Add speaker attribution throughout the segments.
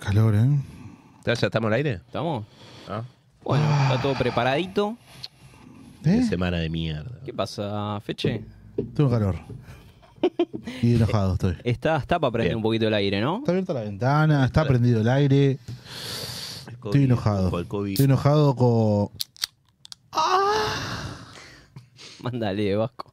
Speaker 1: calor, ¿eh?
Speaker 2: ¿Ya, ya estamos al aire?
Speaker 3: ¿Estamos?
Speaker 2: Ah.
Speaker 3: Bueno, está todo preparadito.
Speaker 2: Qué
Speaker 1: ¿Eh?
Speaker 2: semana de mierda.
Speaker 3: ¿Qué pasa, Feche?
Speaker 1: Tengo calor. Y enojado estoy.
Speaker 3: Está, está para prender
Speaker 2: Bien.
Speaker 3: un poquito el aire, ¿no?
Speaker 1: Está abierta la ventana, está prendido el aire. Estoy enojado.
Speaker 2: El COVID.
Speaker 1: Estoy enojado con.
Speaker 3: Mándale, Vasco.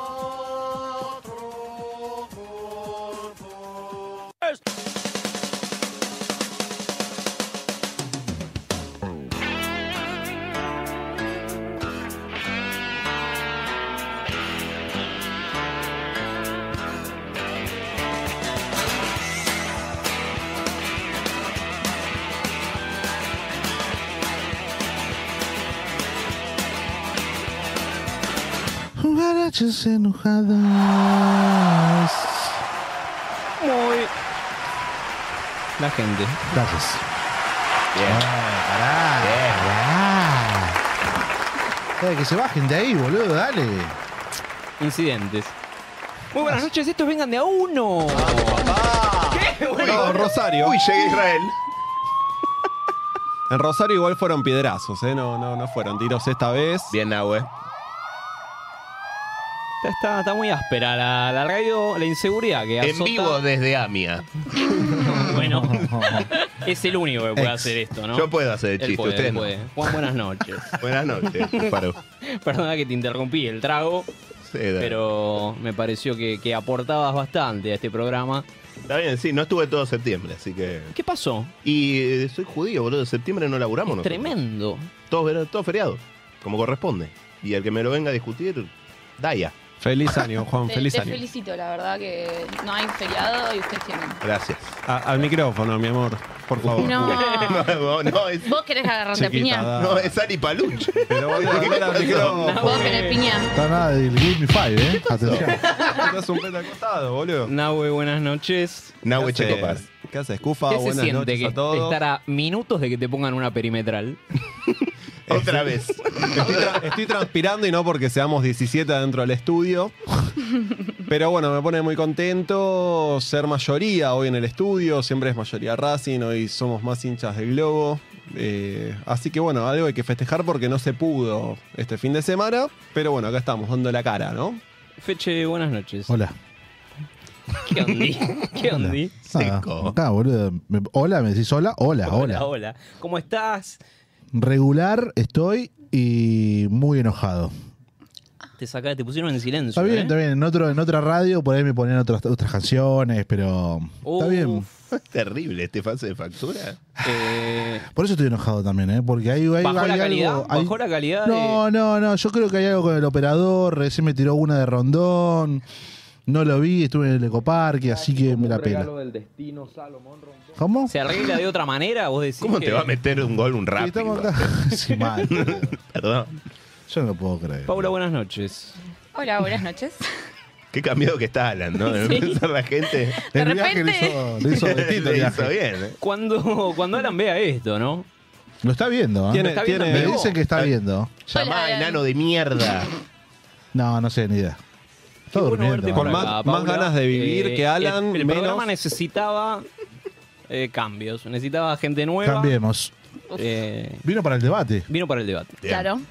Speaker 1: Cucarachas enojadas.
Speaker 3: Muy. La gente.
Speaker 1: Gracias.
Speaker 2: Bien.
Speaker 1: Ah, pará, pará. Eh, que se bajen de ahí, boludo, dale.
Speaker 3: Incidentes. Muy buenas noches, estos vengan de a uno. ¿Qué? Bueno,
Speaker 4: No, Rosario.
Speaker 2: Uy, llegué a Israel.
Speaker 4: En Rosario igual fueron piedrazos, ¿eh? No, no, no fueron tiros esta vez.
Speaker 2: Bien, Nahue.
Speaker 3: está, está- está muy áspera la, la radio, la inseguridad que
Speaker 2: En
Speaker 3: azota.
Speaker 2: vivo desde Amia.
Speaker 3: Bueno, es el único que puede hacer esto, ¿no?
Speaker 2: Yo puedo hacer el
Speaker 3: Él
Speaker 2: chiste,
Speaker 3: puede,
Speaker 2: usted
Speaker 3: él
Speaker 2: no.
Speaker 3: puede. Juan, buenas noches.
Speaker 2: Buenas noches, Faro.
Speaker 3: Perdona que te interrumpí el trago,
Speaker 2: Sí, dale.
Speaker 3: pero me pareció que, que aportabas bastante a este programa.
Speaker 2: Está bien, Eh, sí, no estuve todo septiembre, así que.
Speaker 3: ¿Qué pasó?
Speaker 2: Y eh, soy judío, boludo. En septiembre no laburamos nosotros.
Speaker 3: Tremendo.
Speaker 2: Todos ver- todos feriados, como corresponde. Y el que me lo venga a discutir, Daya.
Speaker 4: Feliz año, Juan,
Speaker 5: Te,
Speaker 4: feliz
Speaker 5: te
Speaker 4: año.
Speaker 5: felicito, la verdad que no hay feriado y ustedes tienen.
Speaker 2: Gracias.
Speaker 4: A- al micrófono, mi amor, por favor.
Speaker 5: No.
Speaker 2: No, no, es,
Speaker 5: Vos querés agarrarte a
Speaker 4: Chiquita,
Speaker 5: piña.
Speaker 4: da.
Speaker 2: no, es Ari Paluch.
Speaker 4: Pero voy a hablar al micrófono.
Speaker 5: Vos querés piña.
Speaker 1: Está nada Ah, del Give Me Five, ¿eh? Atención.
Speaker 4: Estás un pelo acostado, boludo.
Speaker 3: Nahue, buenas noches.
Speaker 2: Nahue
Speaker 4: ¿Qué haces?
Speaker 2: Checopar.
Speaker 4: ¿Qué haces, Cufa?
Speaker 3: ¿Qué se
Speaker 4: Buenas
Speaker 3: siente
Speaker 4: noches
Speaker 3: que
Speaker 4: a todos.
Speaker 3: estar a minutos de que te pongan una perimetral?
Speaker 2: Otra vez.
Speaker 4: Estoy, tra- estoy transpirando y no porque seamos 17 dentro del estudio. Pero bueno, me pone muy contento ser mayoría hoy en el estudio. Siempre es mayoría Racing, hoy somos más hinchas del globo. Eh, así que bueno, algo hay que festejar porque no se pudo este fin de semana. Pero bueno, acá estamos, dando la cara, ¿no?
Speaker 3: Feche, buenas noches.
Speaker 1: Hola.
Speaker 3: ¿Qué ondi? ¿Qué ondi?
Speaker 1: Nada,
Speaker 2: Seco.
Speaker 1: acá, boludo. Me- hola, me decís hola. Hola, hola.
Speaker 3: hola. ¿Cómo estás?
Speaker 1: Regular estoy y muy enojado.
Speaker 3: Te saca, te pusieron en silencio.
Speaker 1: Está bien,
Speaker 3: ¿eh?
Speaker 1: está bien. En, otro, en otra radio por ahí me ponían otras, otras canciones, pero. Está bien.
Speaker 3: Uf,
Speaker 2: Terrible este fase de factura.
Speaker 3: eh,
Speaker 1: Por eso estoy enojado también, ¿eh? Porque ahí, ahí
Speaker 3: ¿Bajó
Speaker 1: hay
Speaker 3: la calidad?
Speaker 1: algo. hay-
Speaker 3: ¿Bajó la calidad de-
Speaker 1: No, no, no. Yo creo que hay algo con el operador. Recién me tiró una de rondón. No lo vi, estuve en el
Speaker 3: Ah,
Speaker 1: ecoparque, así que me la pela. ¿Cómo?
Speaker 3: ¿Se arregla de otra manera? ¿Vos decís
Speaker 2: ¿Cómo
Speaker 3: que-
Speaker 2: te va a meter un gol un
Speaker 1: Sí,
Speaker 2: rap?
Speaker 1: estamos
Speaker 2: igual?
Speaker 1: acá. Sí, mal.
Speaker 2: Perdón.
Speaker 1: Yo no lo puedo creer.
Speaker 3: Paula, buenas noches.
Speaker 5: Hola, buenas noches.
Speaker 2: Qué cambiado que está Alan, ¿no? De pensar la gente.
Speaker 1: El
Speaker 5: De
Speaker 1: viaje le
Speaker 5: repente-
Speaker 1: hizo, le hizo distinto el
Speaker 2: Lo
Speaker 1: viaje.
Speaker 2: hizo bien, ¿eh?
Speaker 3: Cuando, cuando Alan vea esto, ¿no?
Speaker 1: Lo está viendo,
Speaker 4: Tiene-
Speaker 1: ¿eh?
Speaker 3: está viendo
Speaker 4: tiene-
Speaker 3: en
Speaker 1: Me
Speaker 3: vivo?
Speaker 1: dicen que está viendo.
Speaker 2: Llamá,
Speaker 5: Alan.
Speaker 2: enano de mierda.
Speaker 1: No, no sé ni idea. Está
Speaker 3: Qué bueno
Speaker 1: durmiendo.
Speaker 3: verte
Speaker 1: ¿no?
Speaker 4: Con
Speaker 3: por
Speaker 4: más- más
Speaker 3: acá, Ah, Paula. Eh,
Speaker 4: ganas de vivir que Alan,
Speaker 3: El, el
Speaker 4: menos-
Speaker 3: programa necesitaba eh, cambios, necesitaba gente nueva.
Speaker 1: Cambiemos.
Speaker 3: Eh,
Speaker 1: Vino para el debate.
Speaker 3: vino para el debate.
Speaker 2: Bien.
Speaker 5: Claro.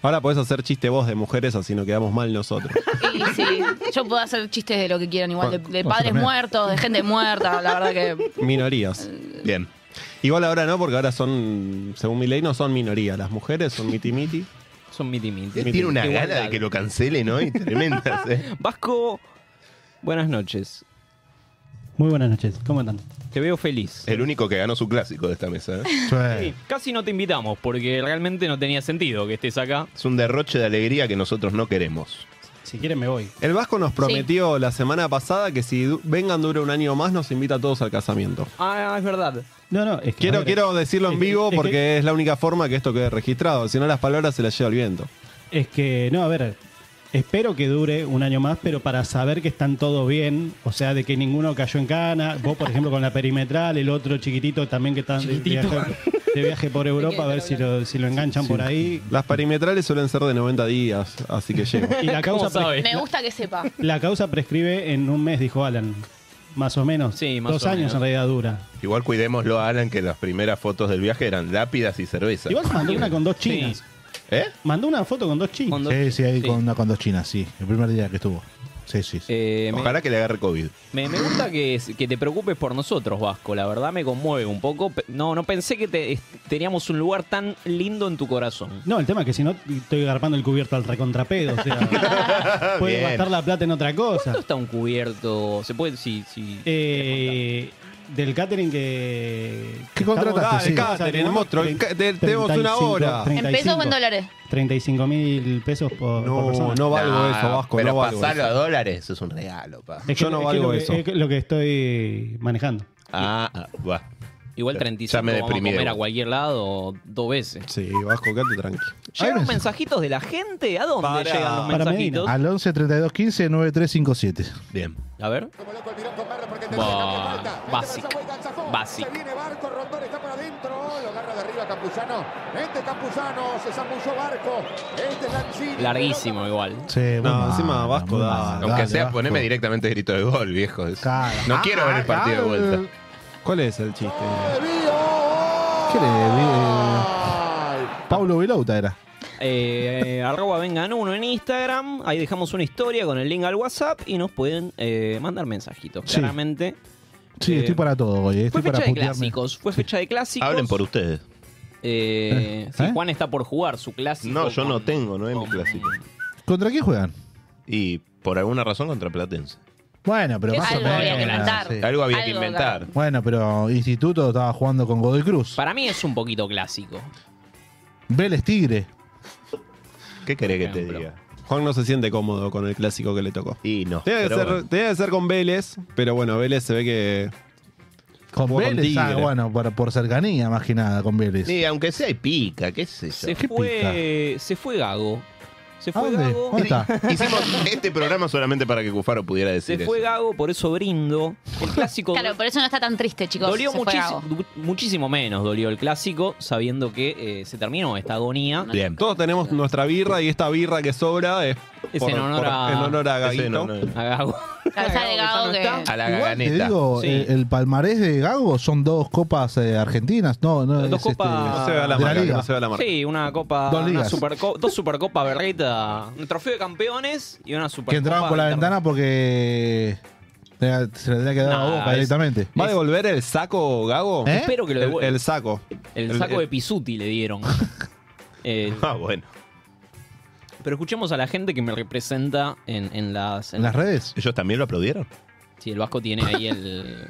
Speaker 4: Ahora podés hacer chiste vos de mujeres así no quedamos mal nosotros.
Speaker 5: Y sí, yo puedo hacer chistes de lo que quieran, igual de, de
Speaker 1: Bueno,
Speaker 5: padres
Speaker 1: también.
Speaker 5: muertos, de gente muerta, la verdad que.
Speaker 4: Minorías.
Speaker 2: Bien.
Speaker 4: Igual ahora no, porque ahora son, según mi ley, no son minoría. Las mujeres son miti-miti.
Speaker 3: Son miti miti.
Speaker 2: Él tiene una
Speaker 3: Igualdad.
Speaker 2: gana de que lo cancelen hoy, tremendas, ¿eh?
Speaker 3: Vasco, buenas noches.
Speaker 6: Muy buenas noches, ¿cómo andan?
Speaker 3: Te veo feliz.
Speaker 2: El único que ganó su clásico de esta mesa. ¿eh?
Speaker 3: Sí, casi no te invitamos porque realmente no tenía sentido que estés acá.
Speaker 2: Es un derroche de alegría que nosotros no queremos.
Speaker 6: Si quieren me voy.
Speaker 4: El Vasco nos prometió la semana pasada que si du- vengan dura un año más nos invita a todos al casamiento.
Speaker 3: Ah, es verdad.
Speaker 6: No, no, es que
Speaker 4: Quiero,
Speaker 6: a ver,
Speaker 4: quiero decirlo en
Speaker 6: es que-
Speaker 4: vivo
Speaker 6: es que-
Speaker 4: porque es la única forma que esto quede registrado. Si no, las palabras se las lleva el viento.
Speaker 6: Es que, no, a ver, espero que dure un año más, pero para saber que están todos bien, o sea, de que ninguno cayó en cana, vos, por ejemplo, con la perimetral, el otro chiquitito también que está de viaje, de viaje por Europa, a ver si lo, si lo enganchan por ahí.
Speaker 4: Las perimetrales suelen ser de 90 días, así que llego.
Speaker 6: Y la
Speaker 3: ¿Cómo
Speaker 6: causa, pre-
Speaker 3: sabe?
Speaker 5: Me gusta que sepa.
Speaker 6: la causa prescribe en un mes, dijo Alan. Más o menos.
Speaker 3: Sí, más
Speaker 6: Dos
Speaker 3: o
Speaker 6: años
Speaker 3: menos.
Speaker 6: en realidad dura.
Speaker 2: Igual cuidémoslo a Alan que las primeras fotos del viaje eran lápidas y cerveza.
Speaker 6: Igual mandó una con dos chinas.
Speaker 2: ¿Eh?
Speaker 6: Mandó una foto con dos chinas.
Speaker 3: Con dos-
Speaker 1: Sí, sí, ahí
Speaker 3: sí.
Speaker 1: Con, una, con dos chinas, sí. El primer día que estuvo. Sí, sí. sí.
Speaker 3: Eh, me-
Speaker 2: Ojalá que le agarre COVID.
Speaker 3: Me, me gusta que, es- que te preocupes por nosotros, Vasco. La verdad me conmueve un poco. Pe- No, no pensé que te- es- teníamos un lugar tan lindo en tu corazón.
Speaker 6: No, el tema es que si no estoy garpando el cubierto al recontrapedo. O sea, puede
Speaker 2: Bien.
Speaker 6: gastar la plata en otra cosa.
Speaker 3: ¿Cuánto está un cubierto? ¿Se puede? Sí, sí.
Speaker 6: Eh, del catering que.
Speaker 1: ¿Qué contrataste?
Speaker 4: Dale,
Speaker 1: Sí.
Speaker 4: catering, monstruo, el ca- te- tenemos una hora.
Speaker 5: ¿En pesos o en dólares?
Speaker 6: 35 mil pesos por, por persona.
Speaker 4: No, no valgo
Speaker 2: Nah,
Speaker 4: eso, Vasco,
Speaker 2: pero
Speaker 4: no valgo
Speaker 2: pasarlo
Speaker 4: eso.
Speaker 2: a dólares es un regalo, pa.
Speaker 6: Es que-
Speaker 4: yo no
Speaker 6: es que
Speaker 4: valgo
Speaker 6: lo que-
Speaker 4: eso.
Speaker 6: Es lo que estoy manejando.
Speaker 2: Ah, ah, va.
Speaker 3: Igual
Speaker 2: ya-
Speaker 3: 35
Speaker 2: ya me
Speaker 3: vamos a
Speaker 2: deprimí de
Speaker 3: comer a
Speaker 2: vos.
Speaker 3: cualquier lado dos veces.
Speaker 4: Sí, Vasco, quédate tranqui.
Speaker 3: ¿Llegaron mensajitos de la gente? ¿A dónde
Speaker 4: Para-
Speaker 3: llegan los
Speaker 6: para
Speaker 3: mensajitos?
Speaker 1: Al 11 32 15 9357.
Speaker 2: Bien.
Speaker 3: A ver. Bah, básica, básica. Larguísimo igual.
Speaker 1: Sí, muy
Speaker 4: No,
Speaker 1: mal,
Speaker 4: encima Vasco
Speaker 1: muy
Speaker 4: da-
Speaker 1: mal.
Speaker 2: Aunque
Speaker 1: Dale,
Speaker 2: sea,
Speaker 1: Vasco.
Speaker 2: poneme directamente grito de gol, viejo. Es-
Speaker 1: Claro.
Speaker 2: No quiero ver el partido de vuelta.
Speaker 4: ¿Cuál es el chiste?
Speaker 1: ¿Qué le- eh, Paulo Vilauta era.
Speaker 3: Eh, arroba vengan uno en Instagram. Ahí dejamos una historia con el link al WhatsApp y nos pueden eh, mandar mensajitos.
Speaker 1: Sí.
Speaker 3: Claramente.
Speaker 1: Sí,
Speaker 3: Eh,
Speaker 1: estoy para todo hoy. Estoy
Speaker 3: Fue fecha
Speaker 1: para
Speaker 3: de
Speaker 1: putearme.
Speaker 3: clásicos. Fue fecha de clásicos.
Speaker 2: Hablen por ustedes.
Speaker 3: Eh, sí,
Speaker 1: ¿Eh?
Speaker 3: Juan está por jugar su clásico.
Speaker 2: No, yo
Speaker 3: con-
Speaker 2: no tengo, no es mi
Speaker 3: con-
Speaker 2: clásico.
Speaker 1: ¿Contra quién juegan?
Speaker 2: Y por alguna razón contra Platense.
Speaker 1: Bueno, pero
Speaker 5: ¿Qué
Speaker 1: más o
Speaker 5: algo
Speaker 1: menos.
Speaker 5: había que inventar?
Speaker 1: Ah, sí.
Speaker 2: Algo había que
Speaker 5: Algo,
Speaker 2: inventar.
Speaker 1: Bueno, pero Instituto estaba jugando con Godoy Cruz.
Speaker 3: Para mí es un poquito clásico.
Speaker 1: Vélez Tigre.
Speaker 2: ¿Qué querés que te
Speaker 3: Ejemplo.
Speaker 2: diga?
Speaker 4: Juan no se siente cómodo con el clásico que le tocó.
Speaker 2: Y no.
Speaker 4: Tenía que,
Speaker 2: pero
Speaker 4: ser,
Speaker 2: bueno.
Speaker 4: tenía que ser con Vélez, pero bueno, Vélez se ve que.
Speaker 1: Con
Speaker 4: Jugó con
Speaker 1: Vélez. ah,
Speaker 4: Tigre.
Speaker 1: bueno, por, por cercanía más que nada con Vélez.
Speaker 2: Sí, aunque sea y pica, qué sé yo.
Speaker 3: Se fue, se fue Gago. Se
Speaker 1: ¿A
Speaker 3: fue
Speaker 1: dónde?
Speaker 3: Gago.
Speaker 1: ¿Dónde está?
Speaker 2: Hicimos este programa solamente para que Cufaro pudiera decir
Speaker 3: Se fue
Speaker 2: eso.
Speaker 3: Gago, por eso brindo. El clásico
Speaker 5: Claro, por eso no está tan triste, chicos.
Speaker 3: dolió
Speaker 5: Se fue
Speaker 3: muchísimo,
Speaker 5: Gago.
Speaker 3: muchísimo menos, dolió el clásico, sabiendo que eh, se terminó esta agonía.
Speaker 2: Bien.
Speaker 4: Todos tenemos nuestra birra y esta birra que sobra es,
Speaker 3: Es en honor a-
Speaker 4: en honor a
Speaker 2: Ese no,
Speaker 4: Gaguito.
Speaker 2: no, no.
Speaker 3: A Gago.
Speaker 5: Cabeza de Gago
Speaker 3: que
Speaker 5: que-
Speaker 3: ya no está.
Speaker 2: A la
Speaker 1: Igual te
Speaker 2: gaganeta.
Speaker 1: digo, eh,
Speaker 3: Sí.
Speaker 1: el, el palmarés de Gago son dos copas eh, argentinas. No, no,
Speaker 3: Dos
Speaker 1: es, este,
Speaker 3: copas-
Speaker 4: No se vea la
Speaker 1: de la
Speaker 4: marca, que
Speaker 1: liga.
Speaker 4: no se vea la marca.
Speaker 3: Sí, una copa,
Speaker 1: Dos
Speaker 3: una
Speaker 1: ligas.
Speaker 3: superco- dos supercopas berreta, un trofeo de campeones y una supercopa.
Speaker 1: que entraban por la
Speaker 3: interna-
Speaker 1: ventana porque tenía- se le tenía que dar a
Speaker 3: Nah,
Speaker 1: boca
Speaker 3: es-
Speaker 1: directamente.
Speaker 4: ¿Va a devolver el saco, Gago?
Speaker 1: ¿Eh?
Speaker 3: Espero que lo
Speaker 4: El,
Speaker 3: devuelva.
Speaker 4: el
Speaker 3: El,
Speaker 4: saco.
Speaker 3: saco
Speaker 4: el-
Speaker 3: de Pisuti le dieron. El-
Speaker 2: Ah, bueno.
Speaker 3: pero escuchemos a la gente que me representa en, en las.
Speaker 1: ¿En las redes?
Speaker 2: ¿Ellos también lo aplaudieron?
Speaker 3: Sí, el Vasco tiene ahí el.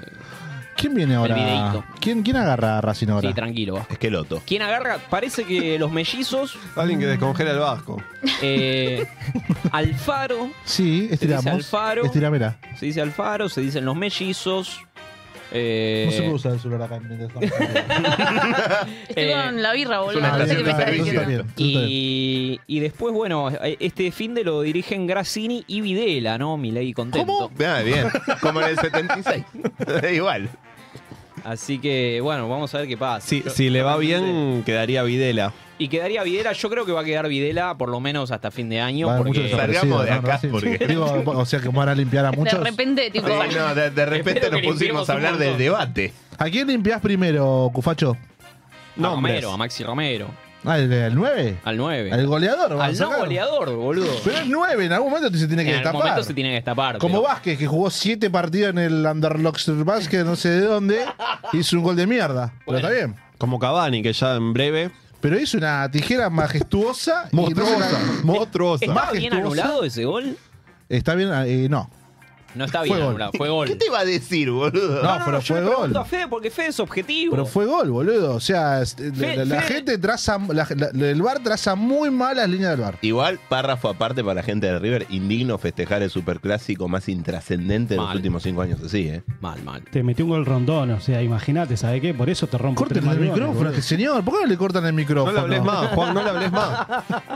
Speaker 1: ¿Quién viene
Speaker 3: videíto.
Speaker 1: ahora? ¿Quién, ¿Quién agarra a Racing ahora?
Speaker 3: Sí, tranquilo, Vasco.
Speaker 2: Es que Loto.
Speaker 3: ¿Quién agarra? Parece que los mellizos.
Speaker 4: Alguien que descongela el vasco.
Speaker 3: eh, Alfaro.
Speaker 1: Sí, este
Speaker 3: Se dice
Speaker 1: estiramos.
Speaker 3: Alfaro.
Speaker 1: Estiramela.
Speaker 3: Se dice Alfaro, se dicen los mellizos. eh,
Speaker 1: No se puede usar el celular acá mientras estamos-
Speaker 5: Estoy
Speaker 3: Eh,
Speaker 5: con la birra, boludo.
Speaker 2: una
Speaker 1: Ah,
Speaker 5: No sé
Speaker 1: bien,
Speaker 2: estación de
Speaker 5: qué me está
Speaker 1: está- eso
Speaker 2: servicio.
Speaker 1: está
Speaker 5: diciendo.
Speaker 1: bien, eso está bien.
Speaker 3: Y, y después, bueno, este fin de lo dirigen Grassini y Videla, ¿no? Milei contento.
Speaker 2: Ah, bien. Como en el 76. Igual.
Speaker 3: Así que, bueno, vamos a ver qué pasa.
Speaker 4: Si, si le va bien, quedaría Videla.
Speaker 3: Y quedaría Videla, yo creo que va a quedar Videla por lo menos hasta fin de año.
Speaker 1: Va a haber mucho
Speaker 3: porque
Speaker 2: salga
Speaker 1: desaparecido,
Speaker 2: de
Speaker 1: ¿no?
Speaker 2: acá,
Speaker 1: Racing.
Speaker 2: porque-
Speaker 1: Digo, o sea que van a limpiar a
Speaker 3: Este
Speaker 5: De
Speaker 1: muchos.
Speaker 5: repente, tipo.
Speaker 2: Sí, no, de, de repente
Speaker 3: Espero
Speaker 2: nos
Speaker 3: que limpiemos
Speaker 2: pusimos a
Speaker 3: un
Speaker 2: hablar del
Speaker 3: montón.
Speaker 2: debate.
Speaker 1: ¿A quién limpiás primero, Cufacho?
Speaker 3: a
Speaker 4: Nombres.
Speaker 3: Romero, a Maxi Romero,
Speaker 1: ¿Al el 9?
Speaker 3: al 9.
Speaker 1: ¿Al goleador? van a
Speaker 3: Al no
Speaker 1: sacar?
Speaker 3: goleador, boludo.
Speaker 1: Pero es 9, en algún momento se tiene
Speaker 3: En
Speaker 1: que
Speaker 3: algún momento
Speaker 1: destapar.
Speaker 3: se tiene que destapar.
Speaker 1: Como
Speaker 3: pero-
Speaker 1: Vázquez, que jugó 7 partidos en el Underlocks Vázquez, no sé de dónde, hizo un gol de mierda. Pero está bien.
Speaker 4: Como Cavani, que ya en breve.
Speaker 1: Pero hizo una tijera majestuosa. y-
Speaker 4: Monstruosa. Monstruosa.
Speaker 3: ¿Estaba bien
Speaker 1: Majestuosa.
Speaker 3: anulado ese gol?
Speaker 1: Está bien, ah, eh, no.
Speaker 3: No está bien
Speaker 1: Fue gol.
Speaker 3: anulado, fue gol.
Speaker 2: ¿Qué te iba a decir, boludo?
Speaker 1: No, pero
Speaker 3: yo
Speaker 1: fue
Speaker 3: le
Speaker 1: gol.
Speaker 3: pregunto a Fede porque Fede es objetivo.
Speaker 1: Pero fue gol, boludo. O sea, es-
Speaker 3: Fe-
Speaker 1: la, la
Speaker 3: Fede-
Speaker 1: gente traza. la- la- el bar traza muy mal las líneas del bar.
Speaker 2: Igual, párrafo aparte para la gente de River, indigno festejar el superclásico más intrascendente de los
Speaker 3: Mal.
Speaker 2: últimos cinco años así, ¿eh?
Speaker 3: Mal, mal.
Speaker 6: Te metió un gol rondón, o sea, imagínate, ¿sabes qué? Por eso te rompo.
Speaker 1: Corten
Speaker 6: tres
Speaker 1: el
Speaker 6: balones,
Speaker 1: micrófono,
Speaker 6: boludo.
Speaker 1: este señor. ¿Por qué no le cortan el
Speaker 4: No le
Speaker 1: micrófono?
Speaker 4: hables más, Juan, no le hables más.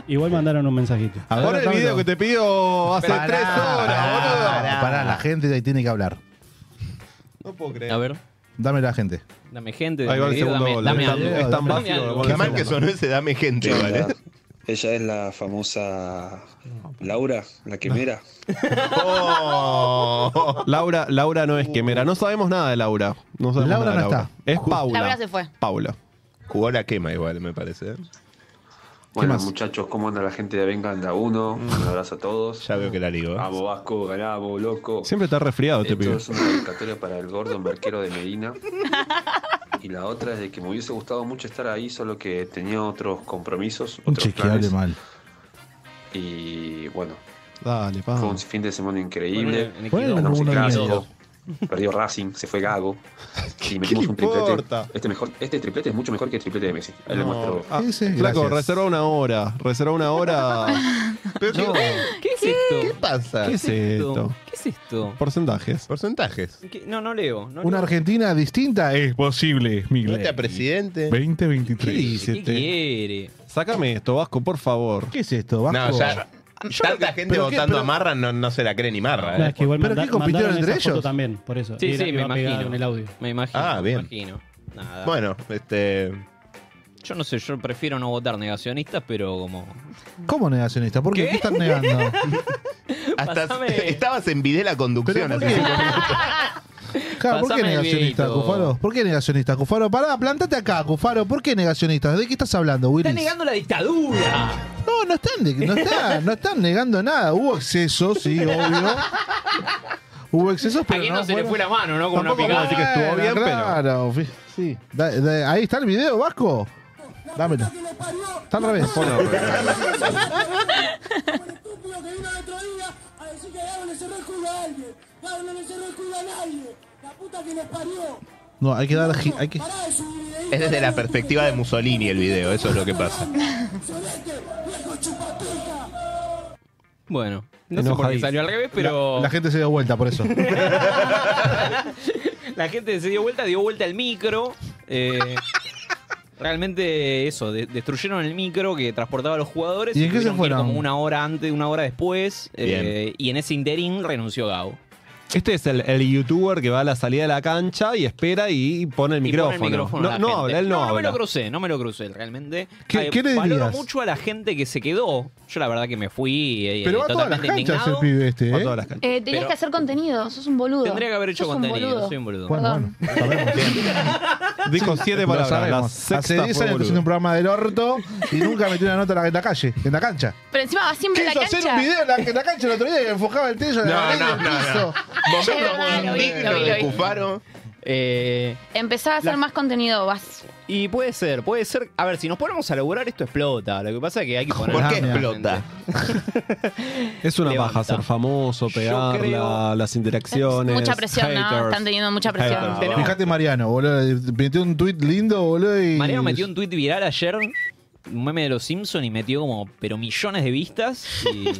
Speaker 6: Igual mandaron un mensajito.
Speaker 1: A ver,
Speaker 4: Pon el
Speaker 1: Pablo.
Speaker 4: video que te pidió hace
Speaker 1: Pará,
Speaker 4: tres horas,
Speaker 1: pará,
Speaker 4: boludo.
Speaker 1: pará, pará, la gente de ahí tiene que hablar.
Speaker 4: No puedo creer.
Speaker 3: A ver,
Speaker 1: Dame la gente.
Speaker 3: dame gente.
Speaker 4: Ahí va el
Speaker 3: dame-
Speaker 4: segundo
Speaker 3: dame,
Speaker 4: gol.
Speaker 3: dame
Speaker 1: eh.
Speaker 4: es, tan,
Speaker 3: algo.
Speaker 4: es tan
Speaker 3: Dame
Speaker 4: básico.
Speaker 3: algo.
Speaker 4: lo
Speaker 2: Qué
Speaker 4: pones
Speaker 2: mal que
Speaker 4: segundo.
Speaker 2: sonó ese dame gente, ¿vale?
Speaker 7: Ella, ella es la famosa Laura, la quemera.
Speaker 2: Oh.
Speaker 4: Laura, Laura no es
Speaker 2: Uh.
Speaker 4: quemera. No sabemos nada de Laura. No sabemos
Speaker 1: Laura
Speaker 4: nada de
Speaker 1: no
Speaker 4: Laura.
Speaker 1: está.
Speaker 4: Es Paula.
Speaker 5: Laura se fue.
Speaker 4: Paula.
Speaker 2: Jugó la quema igual, me parece. ¿eh?
Speaker 7: Bueno,
Speaker 1: más?
Speaker 7: muchachos, ¿cómo anda la gente de Venga Anda Uno? Un abrazo a todos.
Speaker 2: Ya veo que la ¿eh? ligó.
Speaker 7: Vamos Vasco, ganamos, loco.
Speaker 4: Siempre está resfriado este
Speaker 7: Esto
Speaker 4: pibe.
Speaker 7: es una dedicatoria para el gordo marquero de Medina. Y la otra es de que me hubiese gustado mucho estar ahí, solo que tenía otros compromisos,
Speaker 1: Un
Speaker 7: otros
Speaker 1: che que
Speaker 7: planes.
Speaker 1: hable mal.
Speaker 7: Y bueno,
Speaker 4: Dale,
Speaker 7: fue un
Speaker 4: Paula.
Speaker 7: fin de semana
Speaker 3: Ponele
Speaker 7: increíble.
Speaker 3: en el
Speaker 1: Ponele
Speaker 3: quilombo.
Speaker 7: Ganamos el
Speaker 1: Ah. uno y
Speaker 7: clásico.
Speaker 1: medio.
Speaker 7: Perdió Racing, se fue Gago. Y
Speaker 4: le
Speaker 7: metimos un triplete.
Speaker 4: importa?
Speaker 7: Este, mejor, este triplete es mucho mejor que el triplete de Messi. Ahí lo muestro.
Speaker 4: Ah,
Speaker 1: Sí, sí,
Speaker 4: flaco,
Speaker 1: gracias.
Speaker 4: reserva una hora. Reserva una hora.
Speaker 2: Pero
Speaker 4: No.
Speaker 2: ¿qué,
Speaker 3: ¿Qué es esto?
Speaker 2: qué pasa?
Speaker 4: ¿Qué es esto?
Speaker 3: ¿Qué es esto?
Speaker 4: Porcentajes.
Speaker 2: Porcentajes.
Speaker 3: ¿Qué- No, no leo. No
Speaker 1: Una
Speaker 3: leo.
Speaker 1: Argentina distinta es posible, Miguel.
Speaker 2: Vete a presidente.
Speaker 1: 2023.
Speaker 4: ¿Qué dice
Speaker 3: ¿Qué
Speaker 4: este?
Speaker 3: quiere?
Speaker 4: Sácame esto, Vasco, por favor.
Speaker 1: ¿Qué es esto, Vasco?
Speaker 2: No, ya. Tanta gente
Speaker 1: pero qué,
Speaker 2: votando
Speaker 1: pero-
Speaker 2: a Marra no, no se la cree ni Marra.
Speaker 6: No,
Speaker 2: ¿eh?
Speaker 6: es que igual
Speaker 1: ¿Pero
Speaker 6: manda-
Speaker 1: qué compitieron
Speaker 6: mandaron
Speaker 1: entre
Speaker 6: esa foto
Speaker 1: ellos?
Speaker 6: también, por eso.
Speaker 3: Sí,
Speaker 6: Y era-
Speaker 3: sí, me
Speaker 6: iba pegado
Speaker 3: imagino.
Speaker 6: En el audio.
Speaker 3: Me imagino.
Speaker 2: Ah, bien.
Speaker 3: Me imagino. Nada.
Speaker 2: Bueno, este.
Speaker 3: Yo no sé, yo prefiero no votar negacionistas, pero como.
Speaker 1: ¿Cómo negacionista? ¿Por qué? ¿Qué, están negando?
Speaker 2: Hasta
Speaker 3: Pasame-
Speaker 2: estabas en Vidé la conducción.
Speaker 1: ¿Pero por
Speaker 2: hace
Speaker 1: qué?
Speaker 2: cinco minutos.
Speaker 1: Claro, ¿Por qué
Speaker 3: Pásame el
Speaker 1: negacionista,
Speaker 3: bebito.
Speaker 1: Cufaro? ¿Por qué negacionista, Cufaro? Pará, plantate acá, Cufaro. ¿Por qué negacionista? ¿De qué estás hablando, Willis?
Speaker 3: ¡Está negando la dictadura!
Speaker 1: No, no están, de- no, está- no están negando nada. Hubo excesos, sí, obvio. Hubo excesos,
Speaker 3: ¿A
Speaker 1: pero
Speaker 3: quién
Speaker 1: no,
Speaker 3: no, se le
Speaker 1: fueron-
Speaker 3: fue la mano, no? Con una
Speaker 4: Tampoco puedo
Speaker 3: picada.
Speaker 4: decir que estuvo bien, pero-
Speaker 1: claro, fi- sí. Da- da- ahí está el video, Vasco. Dámelo. Está al revés.
Speaker 8: estúpido que vino el otro día a decir que Gago le cerró el culo a alguien. Gago no le cerró el culo a nadie. La puta que les parió.
Speaker 1: No, hay que dar. gi- Hay que...
Speaker 8: Pará de subir videíto.
Speaker 2: Es desde la perspectiva de Mussolini el video, eso es lo que pasa.
Speaker 8: Solete, viejo chupapica.
Speaker 3: Bueno, no sé por qué
Speaker 4: Enojadísimo.
Speaker 3: salió al revés, pero.
Speaker 1: La gente se dio vuelta por eso.
Speaker 3: La gente se dio vuelta, dio vuelta el micro. eh, realmente eso, de- destruyeron el micro que transportaba a los jugadores.
Speaker 1: ¿Y en qué se
Speaker 3: tuvieron que ir
Speaker 1: fueron?
Speaker 3: Como una hora antes, una hora después.
Speaker 2: Bien.
Speaker 3: eh, y en ese interín renunció Gabo.
Speaker 4: Este es el, el youtuber que va a la salida de la cancha y espera y pone el
Speaker 3: Y pone
Speaker 4: micrófono.
Speaker 3: el micrófono
Speaker 4: no
Speaker 3: a la
Speaker 4: no
Speaker 3: gente.
Speaker 4: habla, él no,
Speaker 3: me
Speaker 4: habla.
Speaker 3: lo crucé, no me lo crucé realmente.
Speaker 1: ¿Qué- qué le
Speaker 3: valoro
Speaker 1: dirías?
Speaker 3: mucho a la gente que se quedó. Yo la verdad que me fui eh,
Speaker 1: Pero va a todas las
Speaker 3: totalmente
Speaker 1: canchas el
Speaker 3: indignado.
Speaker 1: pibe este,
Speaker 4: Va a
Speaker 1: ¿eh?
Speaker 4: todas las canchas.
Speaker 5: Eh, tenías
Speaker 3: Pero-
Speaker 5: que hacer contenido, sos un boludo.
Speaker 3: Tendría que haber hecho
Speaker 5: Sos un
Speaker 3: contenido,
Speaker 5: boludo.
Speaker 3: soy un boludo.
Speaker 1: Bueno, bueno, sabemos.
Speaker 4: Dijo siete
Speaker 1: Lo
Speaker 4: palabras. La
Speaker 1: sabemos.
Speaker 4: sexta
Speaker 1: Hace 10
Speaker 4: fue
Speaker 1: años que
Speaker 4: boludo.
Speaker 1: haciendo un programa del orto y nunca metió una nota en la, en la calle, en la cancha.
Speaker 5: Pero encima va siempre a la
Speaker 1: Quiso hacer un
Speaker 5: cancha.
Speaker 1: video en la, en la cancha el otro día y enfocaba el techo en la
Speaker 2: No,
Speaker 1: arena
Speaker 2: no,
Speaker 1: y
Speaker 2: no.
Speaker 1: el piso.
Speaker 2: no. Momento
Speaker 5: verdad, lo vi,
Speaker 2: digno
Speaker 5: lo vi, lo
Speaker 2: de
Speaker 5: vi.
Speaker 2: Cufaro.
Speaker 3: Eh,
Speaker 5: Empezá a hacer más contenido, vas.
Speaker 3: y puede ser, puede ser. A ver, si nos ponemos a laburar, esto explota. Lo que pasa es que hay que poner.
Speaker 2: ¿Por qué
Speaker 1: Ah, mira.
Speaker 2: explota?
Speaker 4: Es una
Speaker 3: Levanta.
Speaker 4: paja ser famoso, pegar
Speaker 3: creo-
Speaker 4: las interacciones.
Speaker 5: Mucha presión, ¿no?
Speaker 4: haters.
Speaker 5: Están teniendo mucha presión.
Speaker 4: Haters.
Speaker 3: Tenemos-
Speaker 1: Fíjate Mariano, boludo. Metió un tuit lindo, boludo. Y...
Speaker 3: Mariano metió un tuit viral ayer, un meme de los Simpsons, y metió como, pero millones de vistas. Y,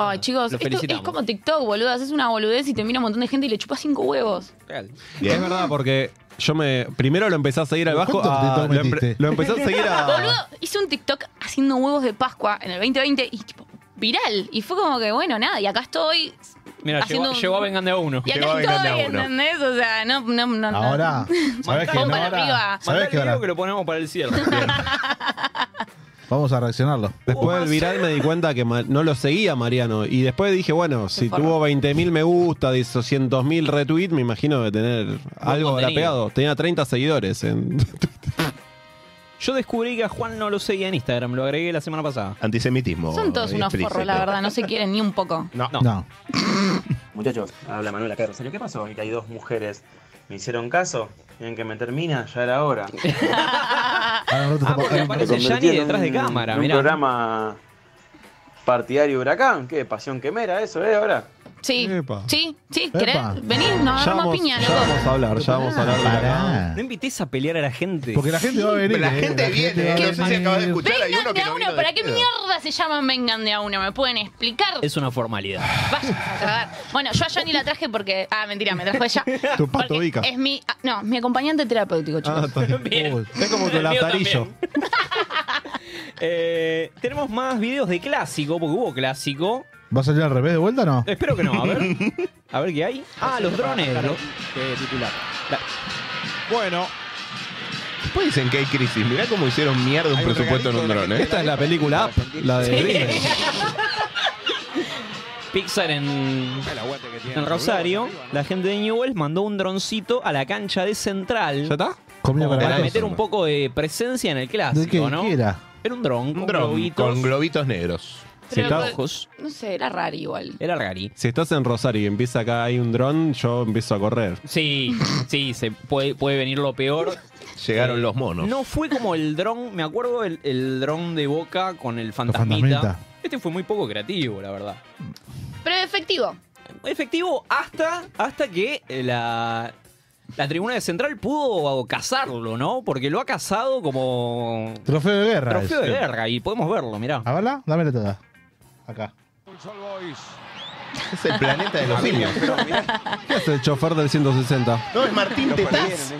Speaker 5: Ay, chicos,
Speaker 3: Lo
Speaker 5: esto es
Speaker 3: felicitamos.
Speaker 5: como TikTok, boludo. Haces una boludez y te mira un montón de gente y le chupas cinco huevos.
Speaker 3: Real.
Speaker 4: Es verdad, porque yo me. Primero lo empecé a seguir al Vasco.
Speaker 1: ¿Cuánto
Speaker 4: a-
Speaker 1: TikTok
Speaker 4: lo, empe-
Speaker 1: metiste?
Speaker 4: lo empecé a seguir
Speaker 5: Boludo,
Speaker 4: a.
Speaker 5: hice un TikTok haciendo huevos de Pascua en el 2020 y tipo viral. Y fue como que, bueno, nada, y acá estoy.
Speaker 3: Mira, llegó,
Speaker 5: Haciendo un-
Speaker 3: llegó a Vengan de a uno.
Speaker 5: Y
Speaker 2: Llegó
Speaker 5: acá
Speaker 2: a Venganza
Speaker 5: estoy,
Speaker 2: Uno.
Speaker 5: ¿entendés? O sea, no, no, no. no.
Speaker 1: Ahora, ¿sabes qué?
Speaker 5: Vamos
Speaker 1: No,
Speaker 5: para
Speaker 1: ahora,
Speaker 5: arriba.
Speaker 3: Mandá
Speaker 1: ¿sabés
Speaker 3: el
Speaker 1: qué?
Speaker 3: video
Speaker 1: Ahora
Speaker 3: que lo ponemos para el cierre.
Speaker 1: vamos a reaccionarlo.
Speaker 4: Después del viral me di cuenta que ma- no lo seguía Mariano. Y después dije, bueno, si
Speaker 5: forro.
Speaker 4: tuvo 20.000 me gusta, 200.000 retweets, me imagino de tener algo habrá
Speaker 3: contenido.
Speaker 4: pegado. Tenía 30 seguidores en
Speaker 3: Yo descubrí que a Juan no lo seguía en Instagram, lo agregué la semana pasada.
Speaker 2: Antisemitismo.
Speaker 5: Son todos unos
Speaker 2: explícito.
Speaker 5: forros, la verdad. No se quieren ni un poco.
Speaker 2: No,
Speaker 3: No.
Speaker 1: No.
Speaker 9: Muchachos, habla Manuela acá de Rosario. ¿Qué pasó? Que hay dos mujeres. ¿Me hicieron caso? ¿Tienen que meter mina? Ya era hora.
Speaker 1: Ahora no te
Speaker 3: Ah, porque
Speaker 1: tapas-
Speaker 3: aparece
Speaker 9: convertí
Speaker 3: Yanni
Speaker 9: en
Speaker 3: detrás de
Speaker 9: un-
Speaker 3: cámara,
Speaker 9: en Un
Speaker 3: mirá.
Speaker 9: programa partidario de Huracán. ¿Qué? Pasión quemera, eso, ¿eh? Ahora.
Speaker 5: Sí.
Speaker 4: Epa.
Speaker 5: Sí, sí,
Speaker 4: Epa.
Speaker 5: ¿querés? Vení, nos
Speaker 4: Ya
Speaker 5: agarramos a
Speaker 4: vamos,
Speaker 5: piña,
Speaker 4: ya
Speaker 5: loco.
Speaker 4: vamos a hablar, ya vamos a hablar. de la-
Speaker 1: Pará.
Speaker 3: No invites a pelear a la gente.
Speaker 1: Porque la gente va a venir.
Speaker 2: La
Speaker 1: eh,
Speaker 2: gente viene,
Speaker 1: va a
Speaker 2: eh, no sé si
Speaker 1: venir.
Speaker 2: acabas de escuchar. hay uno
Speaker 5: Vengan
Speaker 2: que
Speaker 5: de
Speaker 2: no
Speaker 5: a
Speaker 2: vino
Speaker 5: uno,
Speaker 2: de
Speaker 5: ¿para qué
Speaker 2: pedo.
Speaker 5: mierda se llaman vengan de a uno? ¿Me pueden explicar?
Speaker 3: Es una formalidad.
Speaker 5: Vayan a cagar. Bueno, yo a Johnny la traje porque. Ah, mentira, me trajo ella.
Speaker 4: Tu pato
Speaker 5: Porque
Speaker 4: Vica.
Speaker 5: Es mi. ah, No, mi acompañante terapéutico,
Speaker 4: Ah,
Speaker 5: chicos.
Speaker 4: está bien.
Speaker 3: Bien.
Speaker 4: Es como tu
Speaker 3: El mío
Speaker 4: latarillo.
Speaker 3: Eh, tenemos más videos de clásico, porque hubo clásico.
Speaker 1: ¿Va a salir al revés de vuelta o no?
Speaker 3: Espero que no, a ver. A ver qué hay. Ah, los drones. los- La-
Speaker 4: Bueno,
Speaker 2: Después dicen que hay crisis. Mirá cómo hicieron mierda un
Speaker 4: Hay un
Speaker 2: presupuesto en un
Speaker 4: regalito de
Speaker 2: dron, ¿eh?
Speaker 4: esta es la película Up, la de Disney.
Speaker 3: Pixar en, en Rosario. La gente de Newell's mandó un droncito a la cancha de
Speaker 4: ¿Ya
Speaker 3: Central
Speaker 4: está?
Speaker 1: Comida para
Speaker 3: para
Speaker 1: gatos.
Speaker 3: meter un poco de presencia en el clásico,
Speaker 1: ¿De qué?
Speaker 3: ¿no?
Speaker 1: ¿Qué era?
Speaker 3: Era un dron con
Speaker 2: Un dron
Speaker 3: globitos,
Speaker 2: con globitos negros.
Speaker 5: Pero
Speaker 4: está-
Speaker 5: igual-
Speaker 3: ojos.
Speaker 5: No sé, era raro igual.
Speaker 3: Era rari.
Speaker 4: Si estás en Rosario y empieza acá hay un dron, yo empiezo a correr.
Speaker 3: Sí, sí, se puede, puede venir lo peor.
Speaker 2: Llegaron
Speaker 3: Eh,
Speaker 2: los monos.
Speaker 3: No fue como el dron, me acuerdo el, el dron de Boca con el fantasmita.
Speaker 1: fantasmita.
Speaker 3: Este fue muy poco creativo, la verdad.
Speaker 5: Pero efectivo.
Speaker 3: Efectivo hasta, hasta que eh, la, la tribuna de Central pudo cazarlo, ¿no? Porque lo ha cazado como
Speaker 1: Trofeo de guerra.
Speaker 3: trofeo de
Speaker 1: es.
Speaker 3: guerra y podemos verlo, mirá.
Speaker 1: ¿A verla? Dámela toda. Acá.
Speaker 2: Es el planeta de los simios.
Speaker 4: ¿Qué hace el chofer del 160?
Speaker 2: No, es Martín Tetaz.
Speaker 3: ¿eh?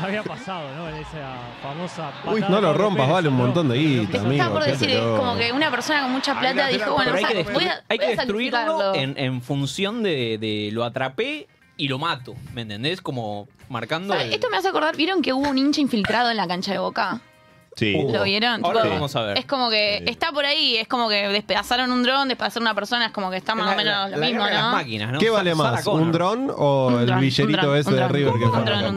Speaker 10: Ya había pasado, ¿no? En esa famosa.
Speaker 4: Uy,
Speaker 10: patada
Speaker 4: no lo
Speaker 10: de
Speaker 4: rompas,
Speaker 10: Pérez,
Speaker 4: vale un
Speaker 10: ¿no?
Speaker 4: montón de guita, amigo.
Speaker 5: Estaba por
Speaker 4: qué
Speaker 5: decir,
Speaker 4: sé
Speaker 5: es
Speaker 4: yo.
Speaker 5: como que una persona con mucha plata dijo, bueno,
Speaker 3: Pero hay
Speaker 5: o
Speaker 3: que,
Speaker 5: sea, voy
Speaker 3: destruir-
Speaker 5: a,
Speaker 3: hay que
Speaker 5: voy a sacrificarlo.
Speaker 3: destruirlo en, en función de, de lo atrapé y lo mato, ¿me entendés? Como marcando
Speaker 5: ¿Sabe?
Speaker 3: el-
Speaker 5: Esto me hace acordar, ¿vieron que hubo un hincha infiltrado en la cancha de Boca?
Speaker 2: Sí.
Speaker 3: Uh.
Speaker 5: ¿Lo vieron?
Speaker 3: Ahora
Speaker 5: Tipo,
Speaker 3: lo vamos a ver.
Speaker 5: Es como que está por ahí, es como que despedazaron un dron, despedazaron una persona, es como que está más o
Speaker 3: La- la-
Speaker 5: menos lo
Speaker 3: la
Speaker 5: mismo,
Speaker 3: guerra de las
Speaker 5: ¿no?
Speaker 3: máquinas, ¿no?
Speaker 4: ¿Qué
Speaker 3: Sa-
Speaker 4: vale
Speaker 3: Sarah
Speaker 4: más,
Speaker 3: Connor.
Speaker 4: un dron o
Speaker 5: Un
Speaker 4: el
Speaker 5: dron, un
Speaker 4: villerito
Speaker 5: dron,
Speaker 4: ese
Speaker 5: un
Speaker 4: de
Speaker 5: dron.
Speaker 4: River? que
Speaker 5: Un
Speaker 4: fue?
Speaker 5: dron, un